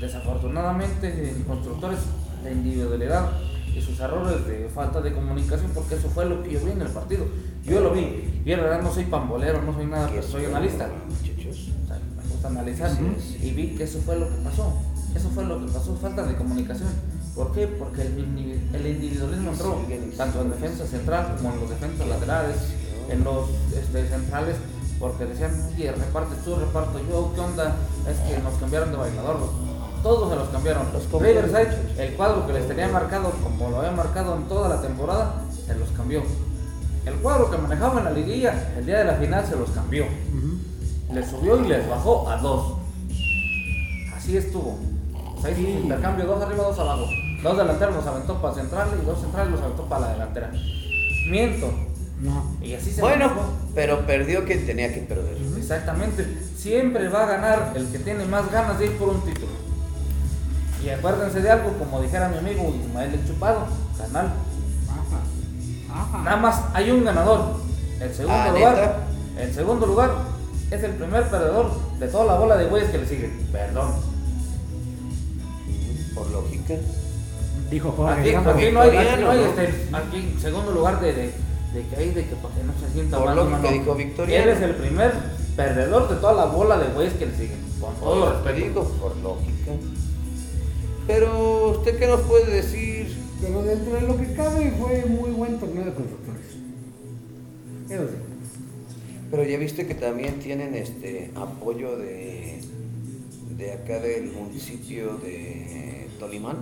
Speaker 2: Desafortunadamente, en constructores la individualidad y sus errores de falta de comunicación, porque eso fue lo que yo vi en el partido. Yo lo vi. Y en verdad no soy pambolero, no soy nada, pero Ah, soy analista.
Speaker 3: Este, Muchachos.
Speaker 2: O sea, me gusta analizar.
Speaker 3: Así
Speaker 2: ¿no?
Speaker 3: es.
Speaker 2: Y vi que eso fue lo que pasó. Eso fue lo que pasó, falta de comunicación. ¿Por qué? Porque el, indivi- el individualismo entró tanto en defensa central como en los defensas laterales, en los este, centrales, porque decían, oye, repartes tú, reparto yo, ¿qué onda? Es que nos cambiaron de bailador. Todos se los cambiaron.
Speaker 3: Los
Speaker 2: Riverside, el cuadro que les tenía marcado, como lo había marcado en toda la temporada, se los cambió. El cuadro que manejaba en la liguilla, el día de la final, se los cambió. Les subió y les bajó a dos. Así estuvo. O sea, hizo un intercambio dos arriba, dos abajo. Dos delanteros los aventó para central y dos centrales los aventó para la delantera. Miento.
Speaker 1: No.
Speaker 2: Y así se
Speaker 3: Bueno,
Speaker 2: manejó.
Speaker 3: pero perdió que tenía que perder.
Speaker 2: Exactamente. Siempre va a ganar el que tiene más ganas de ir por un título. Y acuérdense de algo, como dijera mi amigo Ismael El Chupado, canal. Nada más hay un ganador. El segundo
Speaker 3: Ah,
Speaker 2: lugar.
Speaker 3: ¿neta?
Speaker 2: El segundo lugar es el primer perdedor de toda la bola de güeyes que le siguen. Perdón.
Speaker 3: Por lógica.
Speaker 1: Dijo
Speaker 2: Aquí,
Speaker 1: Jorge Campos.
Speaker 2: aquí no hay, aquí no hay,
Speaker 3: Victoriano,
Speaker 2: este, aquí segundo lugar de, de, de que hay, de que para que no se sienta
Speaker 3: Por
Speaker 2: mal.
Speaker 3: lo
Speaker 2: no,
Speaker 3: que
Speaker 2: no.
Speaker 3: dijo Victoriano.
Speaker 2: Él es el primer perdedor de toda la bola de güeyes que le siguen. Con todo
Speaker 3: Por
Speaker 2: respeto.
Speaker 3: digo, por lógica. Pero, ¿usted qué nos puede decir?
Speaker 1: Pero dentro de lo que cabe fue muy buen torneo de constructores. Eso sí.
Speaker 3: Pero ya viste que también tienen este apoyo de, de acá del municipio de Tolimán.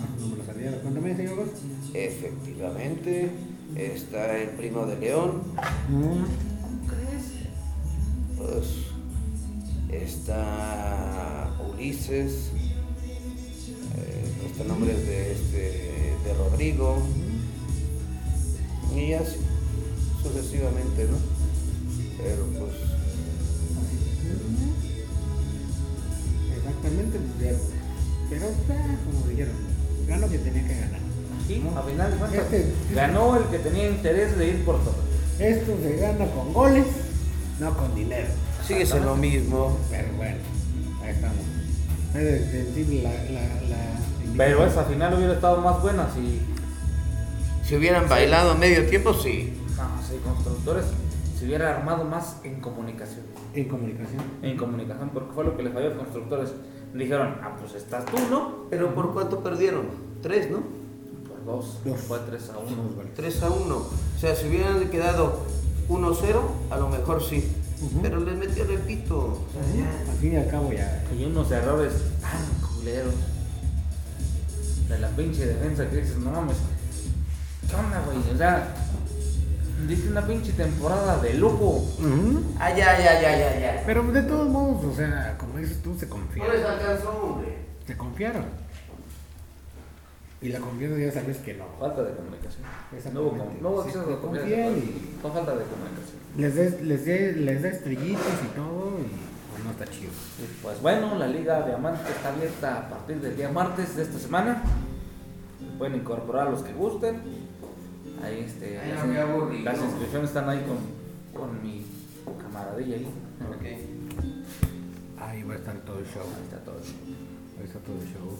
Speaker 1: Ah, no me lo sabía. Cuéntame, señor Gómez.
Speaker 3: Efectivamente, está el primo de León, pues, está Ulises, eh, está nombres de este de Rodrigo y así sucesivamente, ¿no? Pero pues
Speaker 1: Exactamente, pues, ya. pero está como dijeron, ganó que tenía que ganar.
Speaker 2: Aquí,
Speaker 1: ¿no?
Speaker 2: a final de cuentas,
Speaker 1: Este-
Speaker 2: ganó el que tenía interés de ir por todo.
Speaker 1: Esto se gana con goles, no con dinero.
Speaker 3: sigue siendo lo mismo.
Speaker 1: Pero bueno, ahí estamos. Es decir, la, la, la-
Speaker 2: Pero esa final hubiera estado más buena si,
Speaker 3: Si hubieran bailado a medio tiempo, sí.
Speaker 2: no, ah, si Constructores se hubiera armado más en comunicación.
Speaker 1: En comunicación.
Speaker 2: En comunicación, porque fue lo que le falló a Constructores. Dijeron, ah, pues estás tú, ¿no?
Speaker 3: Pero ¿por cuánto perdieron? Tres, ¿no?
Speaker 2: Por dos,
Speaker 1: Dos.
Speaker 2: fue 3 a 1.
Speaker 1: Unos goles.
Speaker 3: 3 a 1. O sea, si hubieran quedado 1-0, a lo mejor sí.
Speaker 1: Ujú.
Speaker 3: Pero les metió repito. O sea, ya.
Speaker 1: Al fin y al cabo ya.
Speaker 2: Y unos errores tan culeros de la pinche defensa que dices, no mames, ¿qué onda, güey? O sea, diste una pinche temporada de lujo.
Speaker 3: Ah, ya, ya, ya, ya, ya.
Speaker 1: Pero de todos modos, o sea, como dices tú, se confía.
Speaker 3: No les alcanzó, hombre.
Speaker 1: Te confiaron. Y la confianza ya sabes que no.
Speaker 2: Falta de comunicación. No hubo,
Speaker 1: Exactamente.
Speaker 2: com- no hubo
Speaker 1: Sí,
Speaker 2: exceso
Speaker 1: se
Speaker 2: de
Speaker 1: confía
Speaker 2: confianza.
Speaker 1: y-
Speaker 2: Fue falta de comunicación.
Speaker 1: Les des- les des- les da estrellitas y todo y pues, no está chido.
Speaker 2: Y pues bueno, la Liga Diamante está abierta a partir del día martes de esta semana. Pueden incorporar a los que gusten. Ahí este,
Speaker 3: Ay,
Speaker 2: las,
Speaker 3: no, qué aburrido.
Speaker 2: las inscripciones están ahí con, con mi camaradilla ahí.
Speaker 1: Ahí va a estar todo el show.
Speaker 2: Ahí está todo.
Speaker 1: Ahí está todo el show.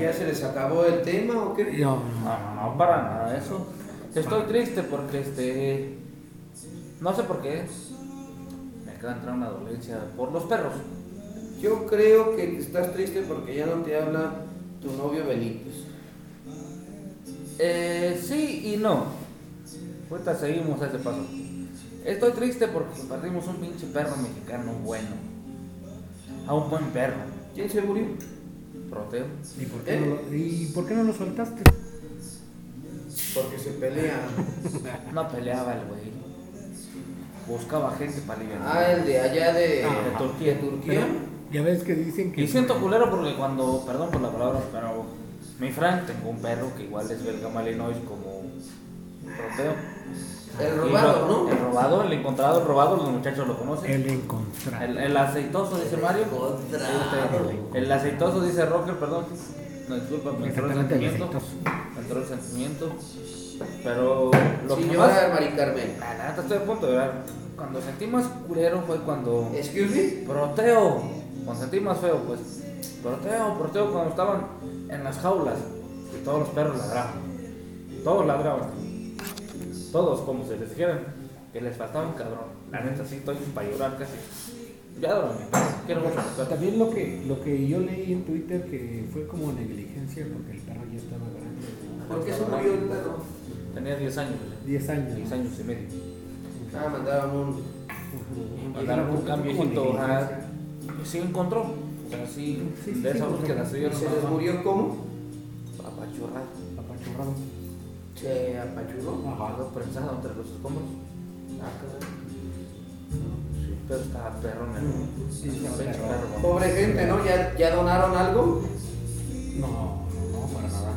Speaker 3: ¿Ya se les acabó el tema o qué?
Speaker 1: No,
Speaker 2: No, no, no, para nada eso. Estoy triste porque este. No sé por qué. Me acaba de entrar una dolencia por los perros.
Speaker 3: Yo creo que estás triste porque ya no te habla tu novio Benítez.
Speaker 2: Eh, sí y no. Ahorita seguimos a ese paso. Estoy triste porque perdimos un pinche perro mexicano bueno. A un buen perro.
Speaker 3: ¿Quién se murió?
Speaker 2: Proteo.
Speaker 1: ¿Y por
Speaker 2: Eh.
Speaker 1: qué no lo, y por qué no lo soltaste?
Speaker 3: Porque se pelea.
Speaker 2: No peleaba el güey. Buscaba gente para aliviar.
Speaker 3: Ah, el de allá de,
Speaker 2: Ah, de Turquía.
Speaker 3: Turquía.
Speaker 1: Ya ves que dicen que.
Speaker 2: Y siento culero porque cuando, perdón por la palabra, pero mi Frank, tengo un perro que igual es belga malinois como Proteo.
Speaker 3: El
Speaker 2: Y
Speaker 3: robado,
Speaker 2: lo-
Speaker 3: ¿no?
Speaker 2: El robado, el encontrado, el robado, los muchachos lo conocen.
Speaker 1: El encontrar.
Speaker 2: El, el aceitoso, dice Mario.
Speaker 3: Otra.
Speaker 2: Este, el aceitoso, dice Rocker, perdón. No, disculpa, me entró el
Speaker 1: Exactamente, el
Speaker 2: sentimiento.
Speaker 1: aceitoso.
Speaker 2: Me entró el sentimiento. Pero lo
Speaker 3: Sin
Speaker 2: que
Speaker 3: llorar,
Speaker 2: más- Ah,
Speaker 3: Mari Carmen.
Speaker 2: La neta, estoy a punto de llorar. Cuando sentí más culero fue cuando.
Speaker 3: Excuse me.
Speaker 2: Proteo. Cuando sentí más feo, pues. Proteo, proteo cuando estaban en las jaulas. Y todos los perros ladraban. Todos ladraban. Todos, como se les dijeran, que les faltaba un cabrón. La neta, sí, estoy para llorar casi. Ya dormí. Quiero mucho a los perros.
Speaker 1: También lo que, lo que yo leí en Twitter que fue como negligencia porque el perro ya estaba grande.
Speaker 3: ¿Por qué se murió el perro?
Speaker 2: Tenía 10 años.
Speaker 1: 10 años.
Speaker 2: 10 años y medio.
Speaker 3: Ah, mandaban un.
Speaker 1: Ujú.
Speaker 2: Mandaron un cambio
Speaker 1: Como
Speaker 2: viejito. ajá.
Speaker 1: negligencia.
Speaker 2: Sí encontró. O sea, sí,
Speaker 1: Sí, sí, sí,
Speaker 2: de esa
Speaker 1: encontró.
Speaker 2: búsqueda se
Speaker 3: ¿Y
Speaker 2: dieron
Speaker 3: se les
Speaker 2: razón.
Speaker 3: murió cómo?
Speaker 2: Apachurrado.
Speaker 1: Apachurrado.
Speaker 3: Se apachurró.
Speaker 2: Algo prensado entre los escombros. Ah, caray. Sí, pero estaba perro, ¿no?
Speaker 1: Sí,
Speaker 2: Pinche
Speaker 1: estaba perro.
Speaker 2: perro.
Speaker 3: Pobre gente, ¿no? ¿Ya, ya donaron algo?
Speaker 1: No, no, no, para nada.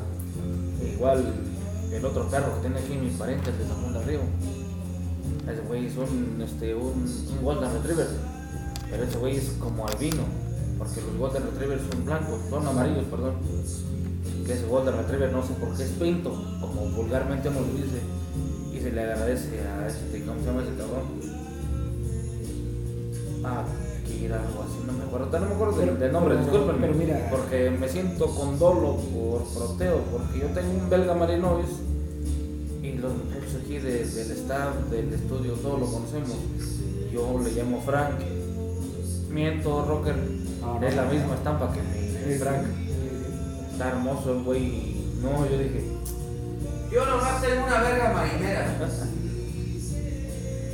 Speaker 2: Igual el otro perro que tiene aquí mi pariente, el de San Juan del Río. Ese güey es un, este, un, un Golden Retriever. Pero ese güey es como albino. Porque los Golden Retrievers son blancos, son amarillos, perdón. Que ese Golden Retriever no sé por qué es pinto, como vulgarmente nos dice. Y se le agradece a este, ¿cómo se llama ese cabrón? Ah, Kira, algo así, no me acuerdo. No me acuerdo del, del nombre,
Speaker 1: Pero-
Speaker 2: discúlpenme.
Speaker 1: pero mira-
Speaker 2: porque que me siento con dolo por proteo, porque yo tengo un belga marinois y los puse aquí de- del staff del estudio, todos lo conocemos. Yo le llamo Frank. Miento, Rocker,
Speaker 3: Ah,
Speaker 1: No, no.
Speaker 2: es la misma estampa que mi
Speaker 1: Es-
Speaker 2: Frank. Está hermoso el güey. No, yo dije.
Speaker 3: Yo nomás tengo una verga marinera.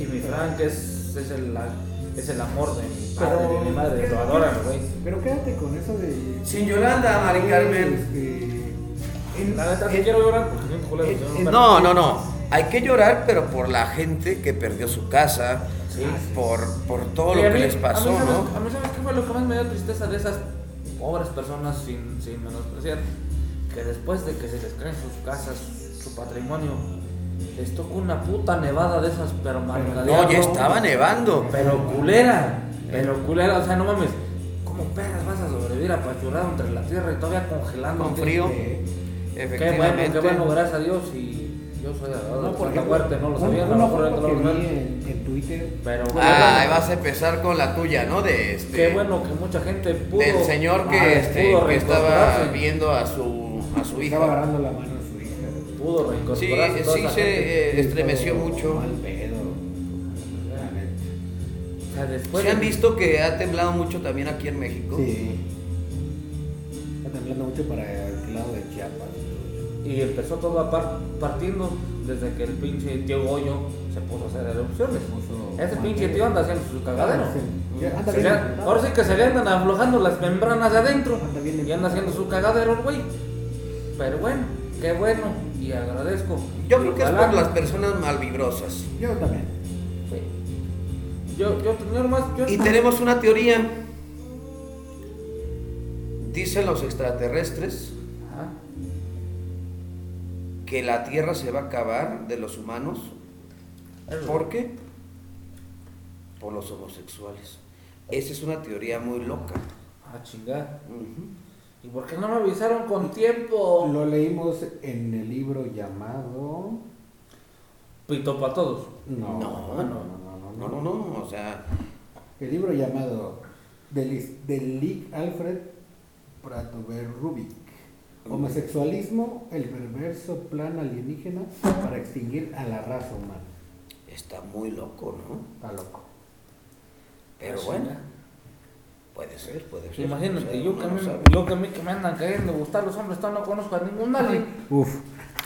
Speaker 2: Y mi Frank es, es, el, es el amor de mi padre,
Speaker 1: Pero-
Speaker 2: de mi madre. Lo adoran, güey.
Speaker 1: Pero quédate con eso de.
Speaker 3: Sin Yolanda, Mari Carmen.
Speaker 1: Este, en-
Speaker 2: La neta, sí
Speaker 1: en-
Speaker 2: quiero llorar porque soy un culero,
Speaker 1: eh,
Speaker 2: soy un
Speaker 1: eh,
Speaker 2: perro.
Speaker 3: No, no, no. Hay que llorar, pero por la gente que perdió su casa,
Speaker 2: Sí.
Speaker 3: por, por todo lo
Speaker 2: Y a
Speaker 3: que
Speaker 2: mí-
Speaker 3: les pasó,
Speaker 2: a mí, ¿sabes-
Speaker 3: ¿no?
Speaker 2: A mí, ¿sabes qué fue lo que más me dio tristeza de esas pobres personas, sin, sin menospreciar? Que después de que se les caen sus casas, su patrimonio, les tocó una puta nevada de esas permanentes.
Speaker 3: No, ya estaba nevando.
Speaker 2: Pero culera, pero culera, o sea, no mames. ¿Cómo perras vas a sobrevivir apachurrado entre la tierra y todavía congelando?
Speaker 3: Con frío.
Speaker 1: eh,
Speaker 2: Qué bueno,
Speaker 3: Efectivamente.
Speaker 2: qué bueno, gracias a Dios. Y yo soy adorador de
Speaker 1: no,
Speaker 2: pues, la
Speaker 1: por
Speaker 2: Santa
Speaker 1: ejemplo,
Speaker 2: Muerte, no lo
Speaker 1: un-
Speaker 2: sabía, a lo
Speaker 1: una
Speaker 2: mejor
Speaker 1: foto
Speaker 2: ahorita lo
Speaker 1: que
Speaker 2: voy a
Speaker 1: vi
Speaker 2: ver.
Speaker 1: en, en Twitter.
Speaker 2: Pero
Speaker 3: Ah, ahí vas a empezar con la tuya, ¿no? De este.
Speaker 2: Qué bueno que mucha gente pudo.
Speaker 3: Del señor
Speaker 2: ah,
Speaker 3: que, este,
Speaker 2: pudo
Speaker 3: que estaba
Speaker 2: reincorporarse,
Speaker 3: viendo a su, a su
Speaker 1: Estaba
Speaker 3: hija.
Speaker 1: agarrando la mano a su hija.
Speaker 2: Pudo
Speaker 3: Sí,
Speaker 2: reincorporarse. toda
Speaker 3: sí
Speaker 2: esa gente.
Speaker 3: se eh, estremeció
Speaker 1: Todo
Speaker 3: mucho.
Speaker 1: Mal pedo. La neta.
Speaker 2: O sea, después
Speaker 3: ¿Se han
Speaker 2: de-
Speaker 3: visto que ha temblado mucho también aquí en México?
Speaker 1: Sí. Está temblando mucho para el lado de Chiapas.
Speaker 2: Y empezó todo a par- partiendo desde que el pinche tío Goyo se puso a hacer erupciones.
Speaker 1: Puso-
Speaker 2: Ese pinche tío anda haciendo su cagadero.
Speaker 1: Ah,
Speaker 2: Mm.
Speaker 1: Sí. Ya anda
Speaker 2: Se le-
Speaker 1: bien.
Speaker 2: ahora sí que se le andan aflojando las membranas de adentro
Speaker 1: Anda bien.
Speaker 2: y anda haciendo su cagadero, el güey. Pero bueno, qué bueno y agradezco.
Speaker 3: Yo creo que es
Speaker 2: Ojalá-
Speaker 3: por las personas malvibrosas.
Speaker 1: Yo también.
Speaker 2: Sí. Yo, yo, yo nomás- yo-
Speaker 3: Y tenemos una teoría. Dicen los extraterrestres
Speaker 2: Ajá.
Speaker 3: que la Tierra se va a acabar de los humanos. ¿Por qué? Por los homosexuales. Esa es una teoría muy loca.
Speaker 2: Ah, chingada.
Speaker 3: Ujú.
Speaker 2: ¿Y por qué no me avisaron con tiempo?
Speaker 1: Lo leímos en el libro llamado.
Speaker 2: Pito para todos.
Speaker 1: No,
Speaker 3: No, no,
Speaker 1: no,
Speaker 3: No, no, no, o sea,
Speaker 1: El libro llamado del, del Lick Alfred Pratover Rubik. Homosexualismo, el perverso plan alienígena para extinguir a la raza humana.
Speaker 3: está muy loco, ¿no?
Speaker 1: Está loco.
Speaker 3: Pero
Speaker 2: Ah,
Speaker 3: bueno,
Speaker 2: chinga. Pues
Speaker 3: puede ser, puede ser. O
Speaker 2: Imagínate,
Speaker 3: sea,
Speaker 2: yo
Speaker 3: uno
Speaker 2: que, a
Speaker 3: no
Speaker 2: mí,
Speaker 3: sabe.
Speaker 2: yo que a mí que me andan cayendo a gustar los hombres, tal, no conozco a ningún alien.
Speaker 1: Uf.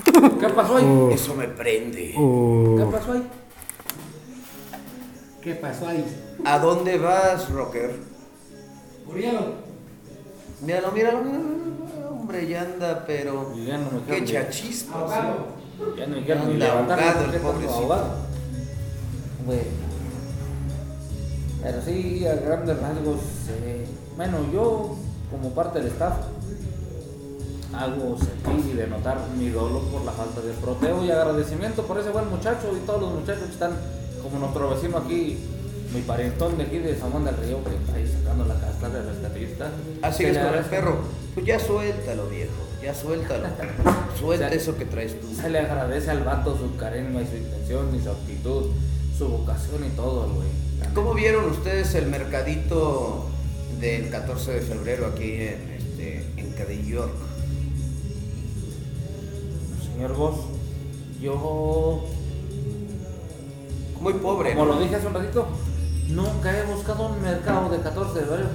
Speaker 2: ¿Qué pasó ahí?
Speaker 3: Eso me prende.
Speaker 2: ¿Qué pasó ahí?
Speaker 1: ¿Qué pasó ahí?
Speaker 3: ¿A dónde vas, Rocker?
Speaker 1: Murielo.
Speaker 3: Míralo, míralo, míralo. Hombre, ya anda, pero.
Speaker 2: Y ya no Ah, me
Speaker 3: Qué
Speaker 2: quiero ni-
Speaker 3: chachispas.
Speaker 2: Ya no me quiero ni
Speaker 3: Anda
Speaker 2: levantar
Speaker 3: ahogado
Speaker 2: porque
Speaker 3: el
Speaker 2: tanto
Speaker 3: pobrecito.
Speaker 2: ahogado. Bueno. Pero sí, a grandes rasgos, eh, bueno, yo como parte del staff hago sentir y denotar mi dolor por la falta de proteo y agradecimiento por ese buen muchacho y todos los muchachos que están como nuestro vecino aquí, mi parentón de aquí de Samón del Río, que está ahí sacando la casta de rescatista.
Speaker 3: Así
Speaker 2: Se
Speaker 3: es
Speaker 2: le
Speaker 3: Ah, con el
Speaker 2: agradece-
Speaker 3: perro. Pues ya suéltalo, viejo. Ya suéltalo. Suelta eso que traes tú.
Speaker 2: Se le agradece al vato su carisma y su intención y su actitud, su vocación y todo, güey.
Speaker 3: ¿Cómo vieron ustedes el mercadito del 14 de febrero aquí en, este, en Cadillac York?
Speaker 2: Señor Vos, yo
Speaker 3: Muy pobre.
Speaker 2: Como
Speaker 3: ¿no?
Speaker 2: lo dije hace un ratito, nunca he buscado un mercado de 14 de febrero.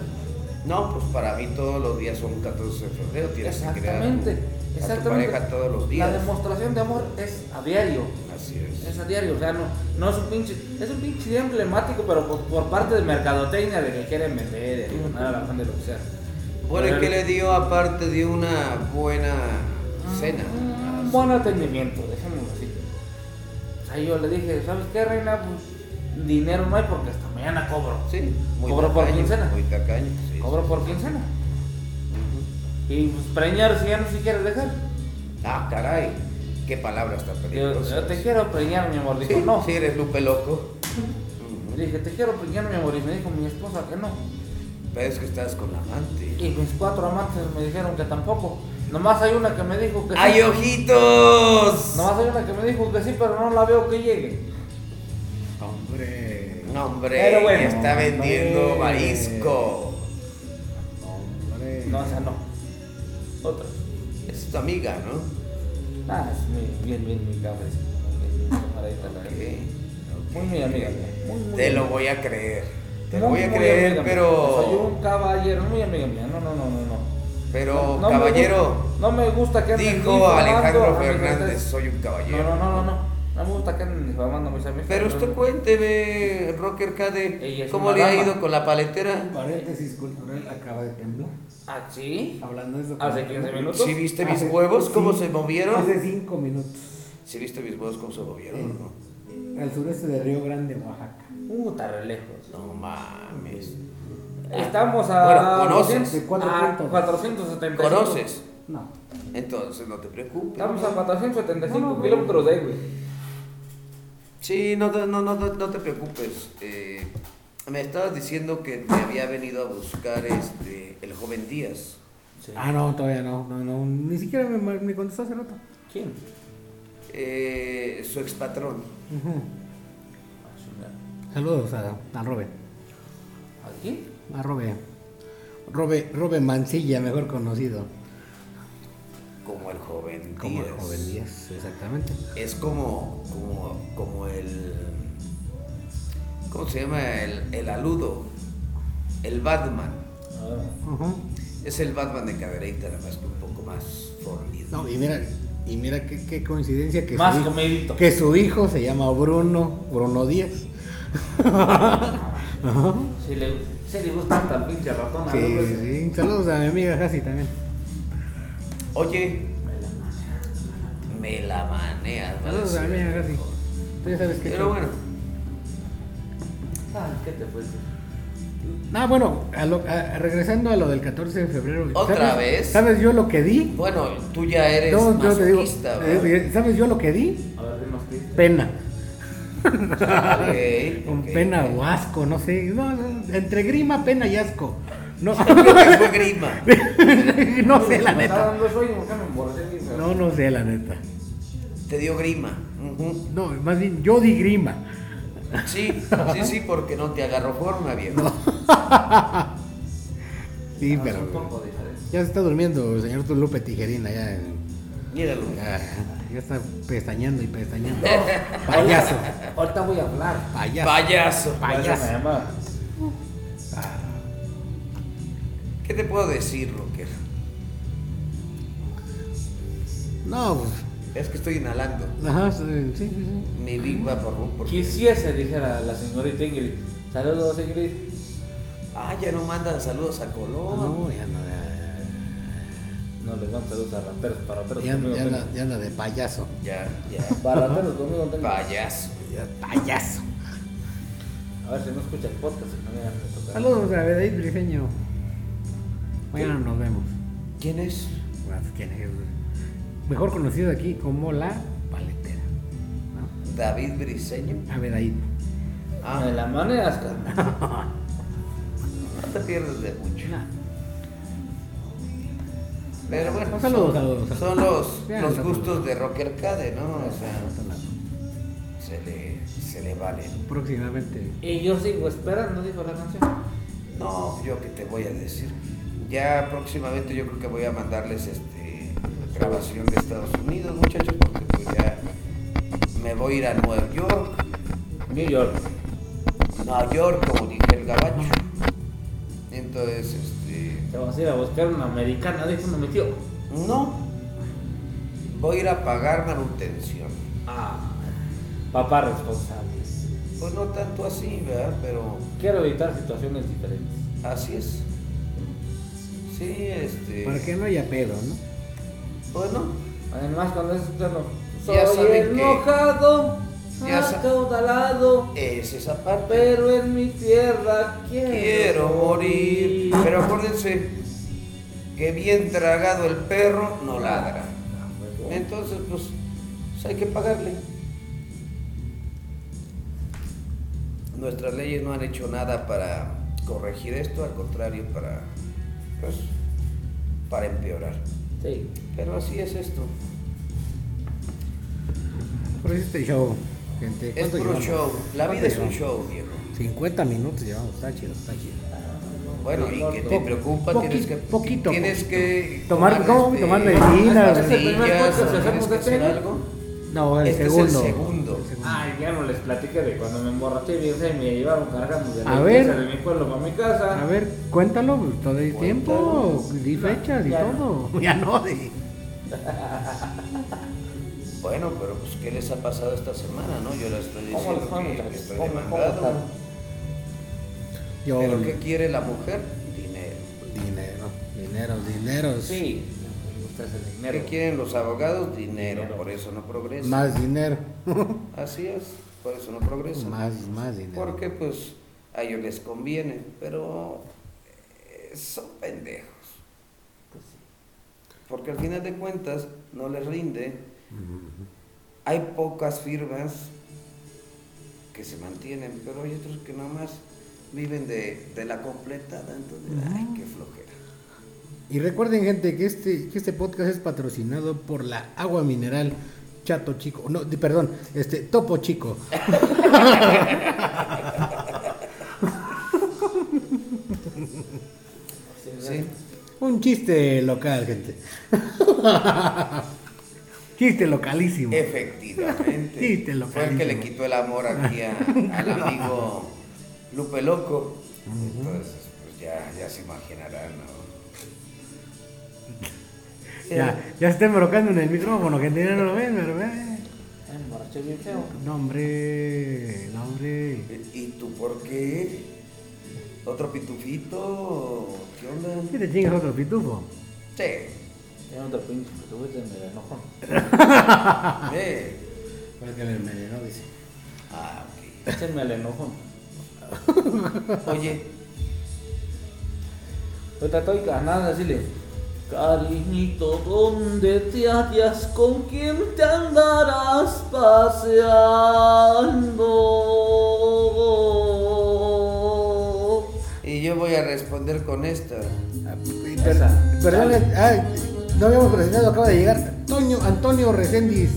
Speaker 3: No, pues para mí todos los días son 14 de febrero. Tienes que crear
Speaker 2: Exactamente,
Speaker 3: a tu
Speaker 2: exactamente.
Speaker 3: pareja todos los
Speaker 2: La
Speaker 3: días.
Speaker 2: demostración de amor es a diario.
Speaker 3: Así es.
Speaker 2: Es a diario, o sea, no, no es un pinche, es un pinche día emblemático, pero por, por parte de mercadotecnia, de que quieren vender, de ganar a la gente, lo que sea.
Speaker 3: Bueno, ¿y
Speaker 2: Pero-
Speaker 3: qué le dio aparte de una buena cena?
Speaker 2: Un buen atendimiento, dejémoslo así. O sea, yo le dije, ¿sabes qué, reina? Pues dinero no hay porque hasta mañana cobro.
Speaker 3: Sí, muy
Speaker 2: Cobro por
Speaker 3: tacaño,
Speaker 2: quincena.
Speaker 3: Muy tacaño, sí.
Speaker 2: Cobro por quincena. Y pues preñar si ya no se quiere dejar.
Speaker 3: Ah, caray. Qué palabras tan
Speaker 2: Yo,
Speaker 3: peligrosas.
Speaker 2: yo te quiero preñar, mi amor. Dijo,
Speaker 3: pues, Sí,
Speaker 2: no.
Speaker 3: sí, eres Lupe Loco.
Speaker 2: Le dije, te quiero preñar, mi amor. Y me dijo mi esposa que no.
Speaker 3: Pero es que estás con amante.
Speaker 2: Y mis cuatro amantes me dijeron que tampoco. Nomás hay una que me dijo que sí.
Speaker 3: ¡Ay, ojitos!
Speaker 2: Nomás hay una que me dijo que sí, pero no la veo que llegue.
Speaker 1: Hombre.
Speaker 3: No, hombre,
Speaker 2: Pero bueno,
Speaker 3: ya está vendiendo
Speaker 1: hombre.
Speaker 3: marisco.
Speaker 1: Hombre.
Speaker 2: No, o sea, no. Otra.
Speaker 3: Es tu amiga, ¿no?
Speaker 2: Ah, es mi- bien, bien, mi cabeza. Bien, mi camaradita, la
Speaker 3: Ok,
Speaker 2: verdad.
Speaker 3: ok.
Speaker 2: Muy, muy amiga. mía, Muy, muy
Speaker 3: Te lo
Speaker 2: amiga.
Speaker 3: voy a creer. Te
Speaker 2: No,
Speaker 3: lo voy a
Speaker 2: muy
Speaker 3: creer,
Speaker 2: amiga mía. Soy
Speaker 3: pero.
Speaker 2: un caballero, muy amiga mía. No, no, no, no. no.
Speaker 3: Pero,
Speaker 2: No me
Speaker 3: caballero,
Speaker 2: gusta- no me gusta que anden
Speaker 3: dijo
Speaker 2: difamando a
Speaker 3: Alejandro
Speaker 2: mis
Speaker 3: Fernández,
Speaker 2: grandes-
Speaker 3: soy un caballero.
Speaker 2: No, no, no, no, no. No me gusta que anden difamando a mis amigos.
Speaker 3: Pero usted cuénteme, Rocker
Speaker 2: Ella
Speaker 3: Cade,
Speaker 2: es
Speaker 3: ¿cómo
Speaker 2: una
Speaker 3: le ha
Speaker 2: dama.
Speaker 3: ido con la paletera?
Speaker 1: Paréntesis cultural acaba de temblar.
Speaker 2: ¿Ah, sí?
Speaker 1: Hablando de eso.
Speaker 2: Hace 15 minutos.
Speaker 3: ¿Sí viste mis
Speaker 1: Hace-
Speaker 3: huevos cómo
Speaker 1: ah, sí,
Speaker 3: se movieron?
Speaker 1: Hace 5 minutos.
Speaker 3: ¿Sí viste mis huevos cómo se movieron? no?
Speaker 1: Al sureste de Río Grande, Oaxaca.
Speaker 2: Puta, re lejos.
Speaker 3: No mames.
Speaker 2: Estamos a.
Speaker 3: Ah, Bueno, conoces.
Speaker 1: De cuatro
Speaker 2: a
Speaker 1: puntos.
Speaker 2: 475.
Speaker 3: ¿Conoces?
Speaker 1: No.
Speaker 3: Entonces no te preocupes.
Speaker 2: Estamos a
Speaker 1: No,
Speaker 2: 475
Speaker 1: no, no.
Speaker 2: kilómetros de ahí, güey.
Speaker 3: Sí, no, te- no, no, no, no te preocupes. Eh, me estabas diciendo que te había venido a buscar este el joven Díaz.
Speaker 1: Ah, no, todavía no. No, no. Ni siquiera me, me contestó hace rato.
Speaker 2: ¿Quién?
Speaker 3: Eh, su expatrón.
Speaker 2: Ah, chinga.
Speaker 1: Saludos a, a Robe.
Speaker 2: ¿A quién?
Speaker 1: A Robe. Robe, Robe Mancilla, mejor conocido.
Speaker 3: Como el joven
Speaker 1: Como
Speaker 3: Díaz.
Speaker 1: el joven Díaz, exactamente.
Speaker 3: Es como, como, como el. ¿Cómo se llama? El, el aludo. El Batman.
Speaker 1: Ujú.
Speaker 3: Es el Batman de Cadereyta, nada más que un poco más fornido.
Speaker 1: No, y mira, y mira qué, qué coincidencia que
Speaker 2: Más
Speaker 1: su, hijo,
Speaker 2: comedito.
Speaker 1: que su hijo se llama Bruno, Bruno Díaz. Ajá.
Speaker 2: Si le, si le gustan tan pinche ratona.
Speaker 1: Sí,
Speaker 2: ¿no?
Speaker 1: sí, sí. Saludos a mi amiga Jassi también.
Speaker 3: Oye. Me la maneas. va a
Speaker 1: Saludos a mi
Speaker 3: decir.
Speaker 1: amiga Jassi. Tú ya sabes qué.
Speaker 3: Pero bueno,
Speaker 2: Ah, ¿qué te fuiste?
Speaker 1: Ah, bueno, a lo- a- regresando a lo del 14 de febrero.
Speaker 3: ¿Otra
Speaker 1: ¿sabes-
Speaker 3: vez?
Speaker 1: ¿Sabes yo lo que di?
Speaker 3: bueno, tú ya eres
Speaker 1: No, yo te digo,
Speaker 3: masoquista,
Speaker 1: eh, ¿sabes yo lo que di?
Speaker 2: A ver, dinos qué.
Speaker 1: Pena.
Speaker 3: ¿verdad?
Speaker 1: <laughs>
Speaker 3: Ok,
Speaker 1: Con
Speaker 3: ok.
Speaker 1: pena o asco, no sé. No, no, entre grima, pena y asco. No, <laughs>
Speaker 3: Creo que fue grima.
Speaker 1: no sé la
Speaker 2: Me está
Speaker 1: neta.
Speaker 2: dando sueño, ¿por qué me emborraché? Dice,
Speaker 1: No, no sé la neta.
Speaker 3: Te dio grima. Ujú.
Speaker 1: No, más bien yo di grima.
Speaker 3: Sí, sí, sí, porque no te agarró forma, viejo.
Speaker 1: Sí,
Speaker 2: ah, es Un
Speaker 1: pero
Speaker 2: poco diferente.
Speaker 1: ya se está durmiendo el señor Tulupe Tijerina. Ya,
Speaker 3: Míralo.
Speaker 1: ya, ya está pestañando y <laughs> pestañando. Payaso,
Speaker 2: Ahorita voy a hablar.
Speaker 1: payaso.
Speaker 3: Payaso.
Speaker 1: Payaso.
Speaker 2: llama?
Speaker 3: ¿Qué te puedo decir, Rocker?
Speaker 1: No, pues,
Speaker 3: Es que estoy inhalando.
Speaker 1: ajá, sí, sí, sí.
Speaker 3: Mi Big va por porque...
Speaker 2: Quisiese, dijera la señorita Ingrid. Saludos, Ingrid.
Speaker 3: Ah, ya no mandan saludos a Colón.
Speaker 1: No, ya no, ya,
Speaker 2: No les dan saludos a raperos, para raperos
Speaker 1: ya,
Speaker 2: conmigo
Speaker 1: ya
Speaker 2: tengo.
Speaker 1: anda, ya anda de payaso.
Speaker 3: Ya, ya.
Speaker 2: Para raperos conmigo tengo.
Speaker 3: Payaso.
Speaker 1: Ya, Payaso.
Speaker 2: A ver si no escucha el podcast. si no, ya me toca.
Speaker 1: Saludos a David Briseño. Mañana nos vemos.
Speaker 3: ¿Quién es?
Speaker 1: Pues, ¿quién es? Mejor conocido aquí como la paletera. ¿no?
Speaker 3: David Briseño.
Speaker 1: A ver ahí.
Speaker 3: Ah.
Speaker 2: De las monedas, carnal.
Speaker 3: No te pierdes de mucho. Pero bueno,
Speaker 1: Un saludo,
Speaker 3: son-
Speaker 1: saludo, saludo.
Speaker 3: son los,
Speaker 1: Bien,
Speaker 3: los
Speaker 1: saludo.
Speaker 3: gustos de Rock Arcade, ¿no? O sea, se le, se le vale.
Speaker 1: Próximamente.
Speaker 2: Y yo sigo esperando, dijo la canción.
Speaker 3: No, yo que te voy a decir. Ya próximamente yo creo que voy a mandarles este grabación de Estados Unidos, muchachos, porque pues ya me voy a ir a Nueva York.
Speaker 2: New York.
Speaker 3: Nueva York, como dije el gabacho. Entonces, este.
Speaker 2: Te vas a ir a buscar una americana, dijo no, mi tío.
Speaker 3: No. Voy a ir a pagar manutención.
Speaker 2: Ah, papá responsable.
Speaker 3: Pues no tanto así, ¿verdad? Pero
Speaker 2: Quiero evitar situaciones diferentes.
Speaker 3: así es. Sí, este.
Speaker 1: Para que no haya pedo, ¿no?
Speaker 3: Pues no.
Speaker 2: Además, cuando es plano, soy
Speaker 3: Ya saben que-
Speaker 2: enojado,
Speaker 3: Ya sa-
Speaker 2: acaudalado,
Speaker 3: Es esa parte.
Speaker 2: pero en mi tierra quiero,
Speaker 3: Quiero morir. Pero acuérdense que bien tragado el perro no ladra.
Speaker 2: Ah, huevo.
Speaker 3: Entonces, pues, pues, hay que pagarle. Nuestras leyes no han hecho nada para corregir esto, al contrario, para, pues, para empeorar.
Speaker 2: Sí.
Speaker 3: Pero así es esto.
Speaker 1: Por eso este show, gente.
Speaker 3: Es
Speaker 1: ¿Cuánto
Speaker 3: puro
Speaker 1: llevamos?
Speaker 3: show. La
Speaker 1: ¿Cuánto
Speaker 3: vida es un
Speaker 1: llevamos?
Speaker 3: show, viejo.
Speaker 1: 50 minutos llevamos, está chido, está chido.
Speaker 3: Bueno, y que te preocupa,
Speaker 1: Poqui-
Speaker 3: tienes que,
Speaker 1: poquito,
Speaker 3: tienes que
Speaker 1: Tomar- ¿cómo? Tomar medicina,
Speaker 3: pastillas,
Speaker 2: ¿Es el primer podcast que
Speaker 3: tienes
Speaker 2: hacemos
Speaker 3: que
Speaker 2: de
Speaker 3: hacer
Speaker 2: tele?
Speaker 3: algo.
Speaker 1: No, el
Speaker 3: Este es el
Speaker 1: segundo. Ah.
Speaker 3: segundo.
Speaker 1: El segundo.
Speaker 2: Ay, ya no les platiqué de cuando me emborraché bien se me llevaron cargando de
Speaker 1: A
Speaker 2: la
Speaker 1: ver.
Speaker 2: iglesia de mi pueblo para mi casa.
Speaker 1: A ver, cuéntalo, pues, todo el tiempo, di fechas y
Speaker 2: Ya
Speaker 1: todo. <laughs> Ya no, di.
Speaker 3: Bueno, pero pues qué les ha pasado esta semana, ¿no? Yo les estoy
Speaker 2: ¿Cómo
Speaker 3: diciendo
Speaker 2: les fue,
Speaker 3: que- que,
Speaker 2: muchachos?
Speaker 3: estoy
Speaker 2: ¿Cómo- cómo
Speaker 3: demandado.
Speaker 2: están?
Speaker 1: Yo,
Speaker 3: Pero ¿qué quiere la mujer? Dinero.
Speaker 1: dinero, dinero, dinero.
Speaker 2: Sí, me gusta ese dinero.
Speaker 3: ¿Qué quieren los abogados? Dinero.
Speaker 2: Dinero.
Speaker 3: Por eso no progresan.
Speaker 1: Más dinero,
Speaker 3: Así es. Por eso no progresan.
Speaker 1: más, más dinero.
Speaker 3: Porque pues a ellos les conviene, pero eh, son pendejos. Porque al final de cuentas no les rinde. Hay pocas firmas que se mantienen, pero hay otros que nada más viven de, de la completada, entonces, ay, qué flojera.
Speaker 1: Y recuerden, gente, que este, que este podcast es patrocinado por la agua mineral Chato Chico. No, di- perdón, este Topo Chico.
Speaker 3: Sí.
Speaker 1: Un chiste local, gente. <laughs> chiste localísimo.
Speaker 2: Eh,
Speaker 3: Efectivamente.
Speaker 1: Sí, te lo
Speaker 3: Fue el que le
Speaker 1: cariño.
Speaker 3: quitó el amor aquí a-
Speaker 1: <laughs>
Speaker 3: al amigo Lupe Loco. Entonces, pues ya, ya se imaginarán, ¿no?
Speaker 1: <laughs>
Speaker 2: eh.
Speaker 1: Ya, ya está embrocando en el micrófono, gente, ya no lo ven, pero ve.
Speaker 2: Ah, Me emborraché bien feo.
Speaker 1: No, hombre, no, hombre.
Speaker 3: Eh, ¿Y tú por qué? ¿Otro pitufito? ¿Qué
Speaker 1: ¿Qué
Speaker 3: onda?
Speaker 1: te chingas otro pitufo? <laughs>
Speaker 3: Sí.
Speaker 2: Tenía otro pinche que tuviste en el enojón.
Speaker 3: eh.
Speaker 1: Porque el envenenó, dice.
Speaker 3: Ah, ok.
Speaker 2: Échenme al enojón.
Speaker 3: Oye,
Speaker 2: Ahorita estoy ganada, decirle. Cariñito, ¿dónde te hallas? ¿Con quién te andarás paseando?
Speaker 3: y yo voy a responder con esta.
Speaker 2: Esa.
Speaker 1: Perdón, ah, no habíamos presentado, acaba de llegar Toño, Antonio Reséndiz,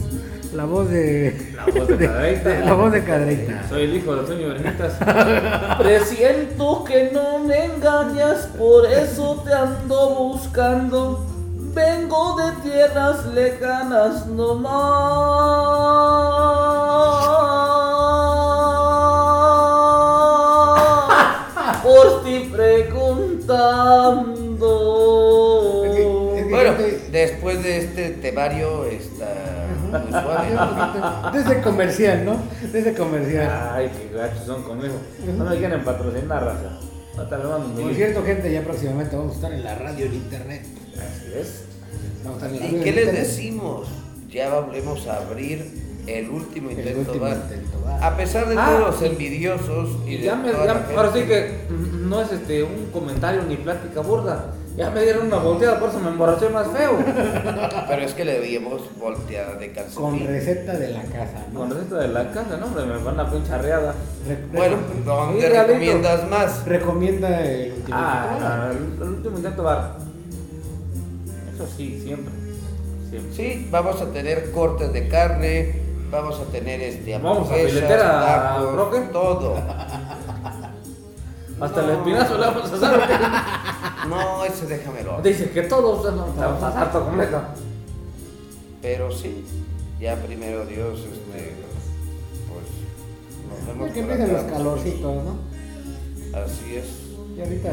Speaker 1: la voz de.
Speaker 2: La voz de
Speaker 1: <laughs>
Speaker 2: Cadereita.
Speaker 1: de- la voz de
Speaker 2: <laughs>
Speaker 1: Cadereita.
Speaker 2: Soy el hijo de Antonio <laughs> Bernitas. Presiento que no me engañas, por eso te ando buscando. Vengo de tierras lejanas nomás. Por ti preguntando.
Speaker 1: Es que- es que-
Speaker 3: Bueno, después de este tebario está muy suave. ¿no?
Speaker 1: Desde comercial, ¿no? Desde comercial.
Speaker 2: Ay, qué gachos son conmigo. No me quieren patrocinar, raza. No te lo mando,
Speaker 1: Por cierto, gente, ya próximamente vamos a estar en la radio en internet.
Speaker 2: Así es.
Speaker 1: Vamos a estar en la
Speaker 3: ¿Y
Speaker 1: radio
Speaker 3: qué
Speaker 1: en
Speaker 3: les
Speaker 1: internet.
Speaker 3: decimos? Ya volvemos a abrir el último
Speaker 1: El
Speaker 3: intento,
Speaker 1: último
Speaker 3: va.
Speaker 1: intento va.
Speaker 3: A pesar de
Speaker 2: Ah,
Speaker 3: todos los
Speaker 2: y-
Speaker 3: envidiosos y,
Speaker 2: Y
Speaker 3: de
Speaker 2: ya me,
Speaker 3: toda
Speaker 2: ya-
Speaker 3: la gente.
Speaker 2: ahora sí que mm, no es este un comentario ni plática burda. Ya me dieron una volteada, por eso me emborraché más feo.
Speaker 3: Pero es que le dimos volteada de
Speaker 1: Con
Speaker 3: calcetín.
Speaker 1: receta de la casa, ¿no?
Speaker 2: Con esto de la casa, no, hombre, me van a pincharreada.
Speaker 1: Re-
Speaker 3: Bueno,
Speaker 1: re-
Speaker 3: ¿dónde
Speaker 2: Mira, Lito.
Speaker 3: recomiendas más?
Speaker 1: recomienda el último
Speaker 2: Ah, el, el último intento bar. Eso sí, siempre. Siempre.
Speaker 3: Sí, vamos a tener cortes de carne, vamos a tener este
Speaker 2: Vamos a
Speaker 3: hamburguesas,
Speaker 2: filetear a
Speaker 3: tacos,
Speaker 2: Roque.
Speaker 3: todo.
Speaker 2: <laughs> Hasta el espinazo le vamos a asar. ¿o
Speaker 3: No, ese déjamelo. <laughs>
Speaker 2: qué? Dice que todos o sea, no, te vamos a asar todo completo.
Speaker 3: Pero sí, ya primero Dios, este, pues nos
Speaker 1: Porque
Speaker 3: vemos
Speaker 1: que
Speaker 3: por
Speaker 1: empiecen los
Speaker 3: acá.
Speaker 1: calorcitos, ¿no?
Speaker 3: Así es.
Speaker 1: Y ahorita,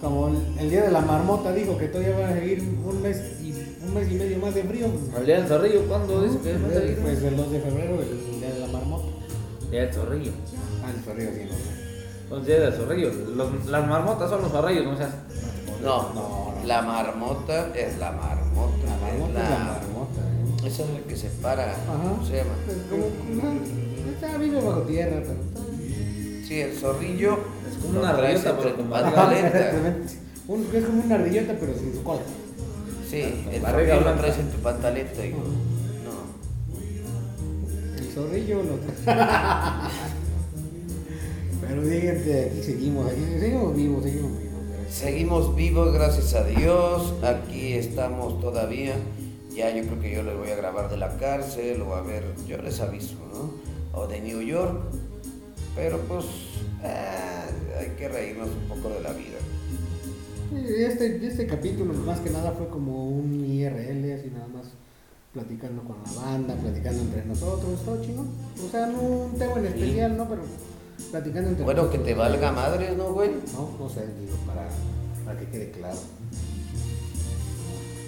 Speaker 1: como el, el día de la marmota dijo que todavía va a seguir un mes y un mes y medio más de frío.
Speaker 2: El día del zorrillo, ¿cuándo dice que va a salir?
Speaker 1: Pues el 2 de febrero, el día de la marmota.
Speaker 2: Día del zorrillo.
Speaker 1: Ah, el zorrillo sí, no.
Speaker 2: Los días del zorrillo. Los- las marmotas son los zorrillos, no seas.
Speaker 3: No,
Speaker 1: No, no.
Speaker 3: la marmota es la marmota.
Speaker 1: La marmota es la marmota, ¿eh?
Speaker 3: Esa es la que se para, ¿cómo
Speaker 1: Ajá.
Speaker 3: se llama?
Speaker 1: Pues como, no, está vive bajo tierra, pero está-
Speaker 3: Sí, el zorrillo.
Speaker 2: Es como
Speaker 3: lo
Speaker 2: una
Speaker 3: traes
Speaker 2: rayota,
Speaker 3: entre
Speaker 2: pero con
Speaker 3: tu
Speaker 2: barriga
Speaker 3: pata lenta.
Speaker 1: Exactamente. Un- es como una ardillota, pero sin su cola.
Speaker 3: Sí,
Speaker 2: Con
Speaker 3: el
Speaker 2: barriga
Speaker 3: zorrillo lo
Speaker 2: blanca.
Speaker 3: traes en tu pantaleta. hijo.
Speaker 1: Ajá.
Speaker 3: No.
Speaker 1: El zorrillo lo
Speaker 3: <laughs>
Speaker 1: Pero fíjate, aquí seguimos, aquí seguimos vivos, seguimos vivos. gracias.
Speaker 3: Seguimos vivos, gracias a Dios. Aquí estamos todavía. Ya yo creo que yo les voy a grabar de la cárcel o a ver, yo les aviso, ¿no? O de New York. Pero pues ah, hay que reírnos un poco de la vida.
Speaker 1: Eh, Este, este capítulo más que nada fue como un IRL, así nada más platicando con la banda, platicando entre nosotros, todo chingón. O sea, no un tema en especial, ¿no? Pero platicando entre
Speaker 3: Bueno, que
Speaker 1: nosotros.
Speaker 3: te valga madre, ¿no, güey?
Speaker 1: No, no sé, digo, para, para que quede claro.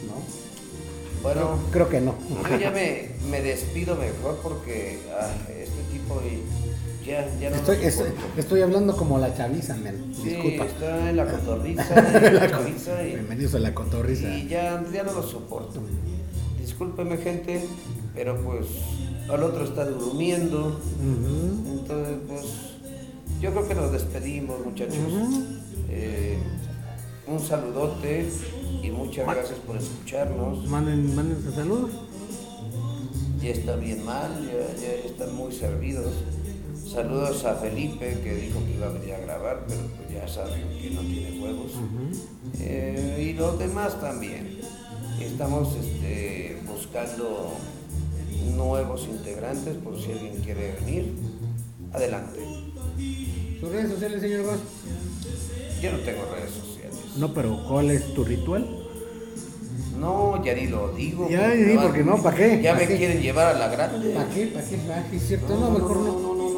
Speaker 1: ¿No?
Speaker 3: Bueno,
Speaker 1: No, creo que no.
Speaker 3: yo ya me, me despido mejor porque ah, este tipo y- ya, ya no lo
Speaker 1: Estoy, estoy,
Speaker 3: soporto.
Speaker 1: estoy hablando como la chaviza, men.
Speaker 3: Sí,
Speaker 1: Disculpa.
Speaker 3: está en
Speaker 1: <laughs>
Speaker 3: la cotorriza, en la cotorriza y,
Speaker 1: Bienvenidos a la cotorriza.
Speaker 3: y ya, ya no lo soporto. Discúlpeme gente, pero pues al otro está durmiendo,
Speaker 1: Ujú.
Speaker 3: entonces pues yo creo que nos despedimos muchachos.
Speaker 1: Ujú.
Speaker 3: Eh, un saludote y muchas gracias por escucharnos.
Speaker 1: Manden, manden sus saludos.
Speaker 3: Ya está bien mal, ya, ya están muy servidos. Saludos a Felipe que dijo que iba a venir a grabar, pero pues ya saben que no tiene huevos. Eh, y los demás también. Estamos este, buscando nuevos integrantes por si alguien quiere venir. Adelante.
Speaker 1: ¿Sus redes sociales, señor Vaz?
Speaker 3: Yo no tengo redes sociales.
Speaker 1: No, pero ¿cuál es tu ritual?
Speaker 3: No, ya ni lo digo.
Speaker 1: Ya,
Speaker 3: me
Speaker 1: sí,
Speaker 3: van-
Speaker 1: porque no, ¿pa' qué?
Speaker 3: Ya
Speaker 1: ¿Pa'
Speaker 3: me
Speaker 1: qué?
Speaker 3: quieren llevar a la grande.
Speaker 1: ¿Para qué? ¿Para qué? ¿Para qué? ¿Cierto? No,
Speaker 3: No,
Speaker 1: mejor
Speaker 3: no,
Speaker 1: no.
Speaker 3: no, no, no.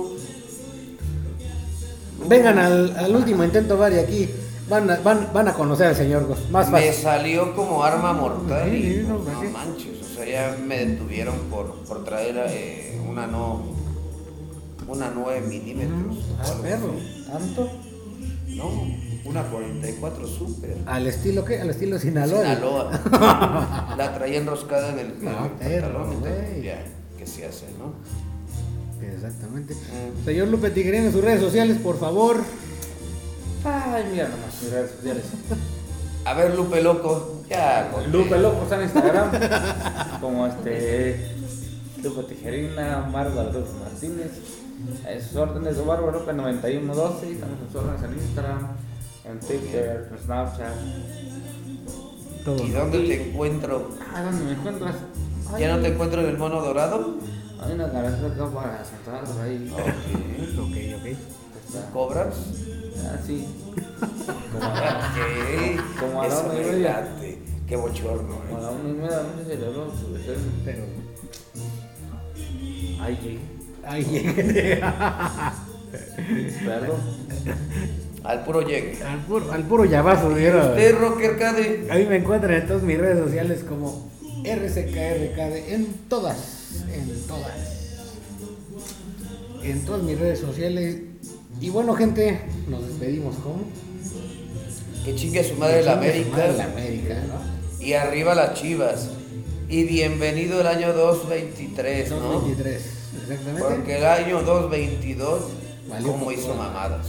Speaker 1: Vengan al, al último intento, Vari, aquí. Van a, van, van a conocer al señor Vaz. Más
Speaker 3: me
Speaker 1: fácil.
Speaker 3: salió como arma mortal
Speaker 1: Sí,
Speaker 3: y
Speaker 1: sí, no,
Speaker 3: no,
Speaker 1: ¿para qué?
Speaker 3: manches, o sea, ya me detuvieron por, por traer eh, una no, una 9 milímetros. o
Speaker 1: Ah,
Speaker 3: algo
Speaker 1: perro. ¿Tanto?
Speaker 3: así. No, una 44 super.
Speaker 1: ¿Al estilo qué? ¿Al estilo Sinaloa? <laughs>
Speaker 3: Sinaloa. La traía enroscada en el, en el
Speaker 1: Ah, perro,
Speaker 3: pantalón, entonces,
Speaker 1: güey.
Speaker 3: ya, ¿qué se hace, no?
Speaker 1: Exactamente.
Speaker 3: Mm.
Speaker 1: Señor Lupe Tigrín, en sus redes sociales, por favor.
Speaker 2: Ay, mira nomás, mis redes sociales.
Speaker 3: A ver, Lupe Loco, ya. conté.
Speaker 2: Lupe Loco está en Instagram. como este. Lupe Tijerina, Bárbara López Martínez. A sus órdenes de Bárbara López 9112. Estamos en sus órdenes en Instagram, en Twitter, en Snapchat.
Speaker 1: Todo.
Speaker 3: ¿Y dónde te encuentro?
Speaker 2: Ah, ¿dónde me encuentras?
Speaker 3: ¿Ya no te encuentro en el mono dorado?
Speaker 2: Hay una garaje acá para sentarnos ahí.
Speaker 3: Ok.
Speaker 1: Ok, ok.
Speaker 2: Está-
Speaker 3: ¿Cobras?
Speaker 2: Ah,
Speaker 3: <laughs>
Speaker 2: sí. Como a,
Speaker 3: Ok,
Speaker 2: Como a la
Speaker 3: eso
Speaker 2: una y
Speaker 3: me
Speaker 2: media.
Speaker 3: late. Qué bochorno.
Speaker 2: como a
Speaker 3: ¿eh?
Speaker 2: la una y media, no sé si le vamos a ofrecer.
Speaker 1: Pero.
Speaker 2: Ay, sí.
Speaker 1: Ay, <laughs> llegué.
Speaker 2: Perdón.
Speaker 3: Al puro llegue.
Speaker 1: al puro, al puro llavazo, diera.
Speaker 3: Usted, Rocker Cade.
Speaker 1: A mí me encuentran en todas mis redes sociales como RCKRKD, en todas, en todas. En todas mis redes sociales. Y bueno, gente, nos despedimos como.
Speaker 3: Que chingue a su madre la
Speaker 1: Madre la
Speaker 3: América.
Speaker 1: América, ¿no?
Speaker 3: Y arriba las chivas. Y bienvenido el año 223, ¿no?
Speaker 1: 223. Exactamente.
Speaker 3: Porque el año 2022,
Speaker 1: Valió
Speaker 3: como hizo
Speaker 1: popó.
Speaker 3: mamadas.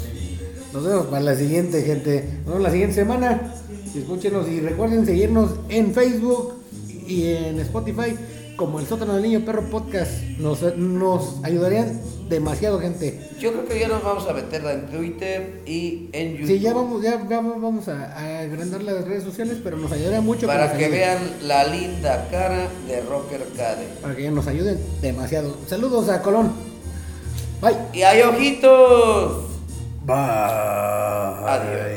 Speaker 1: Nos vemos para la siguiente, gente. Nos vemos la siguiente semana. Escúchenos y recuerden seguirnos en Facebook y en Spotify como el sótano del niño perro podcast. Nos, nos ayudarían demasiado, gente.
Speaker 3: Yo creo que ya nos vamos a meter en Twitter y en YouTube.
Speaker 1: Sí, ya vamos, ya, ya vamos a, a agrandar las redes sociales, pero nos ayudaría mucho
Speaker 3: Para
Speaker 1: nos
Speaker 3: que
Speaker 1: ayuden.
Speaker 3: vean la linda cara de Rocker Cade.
Speaker 1: Para que nos ayuden demasiado. Saludos a Colón. Bye.
Speaker 3: Y hay ojitos.
Speaker 1: Bye.
Speaker 3: Adiós.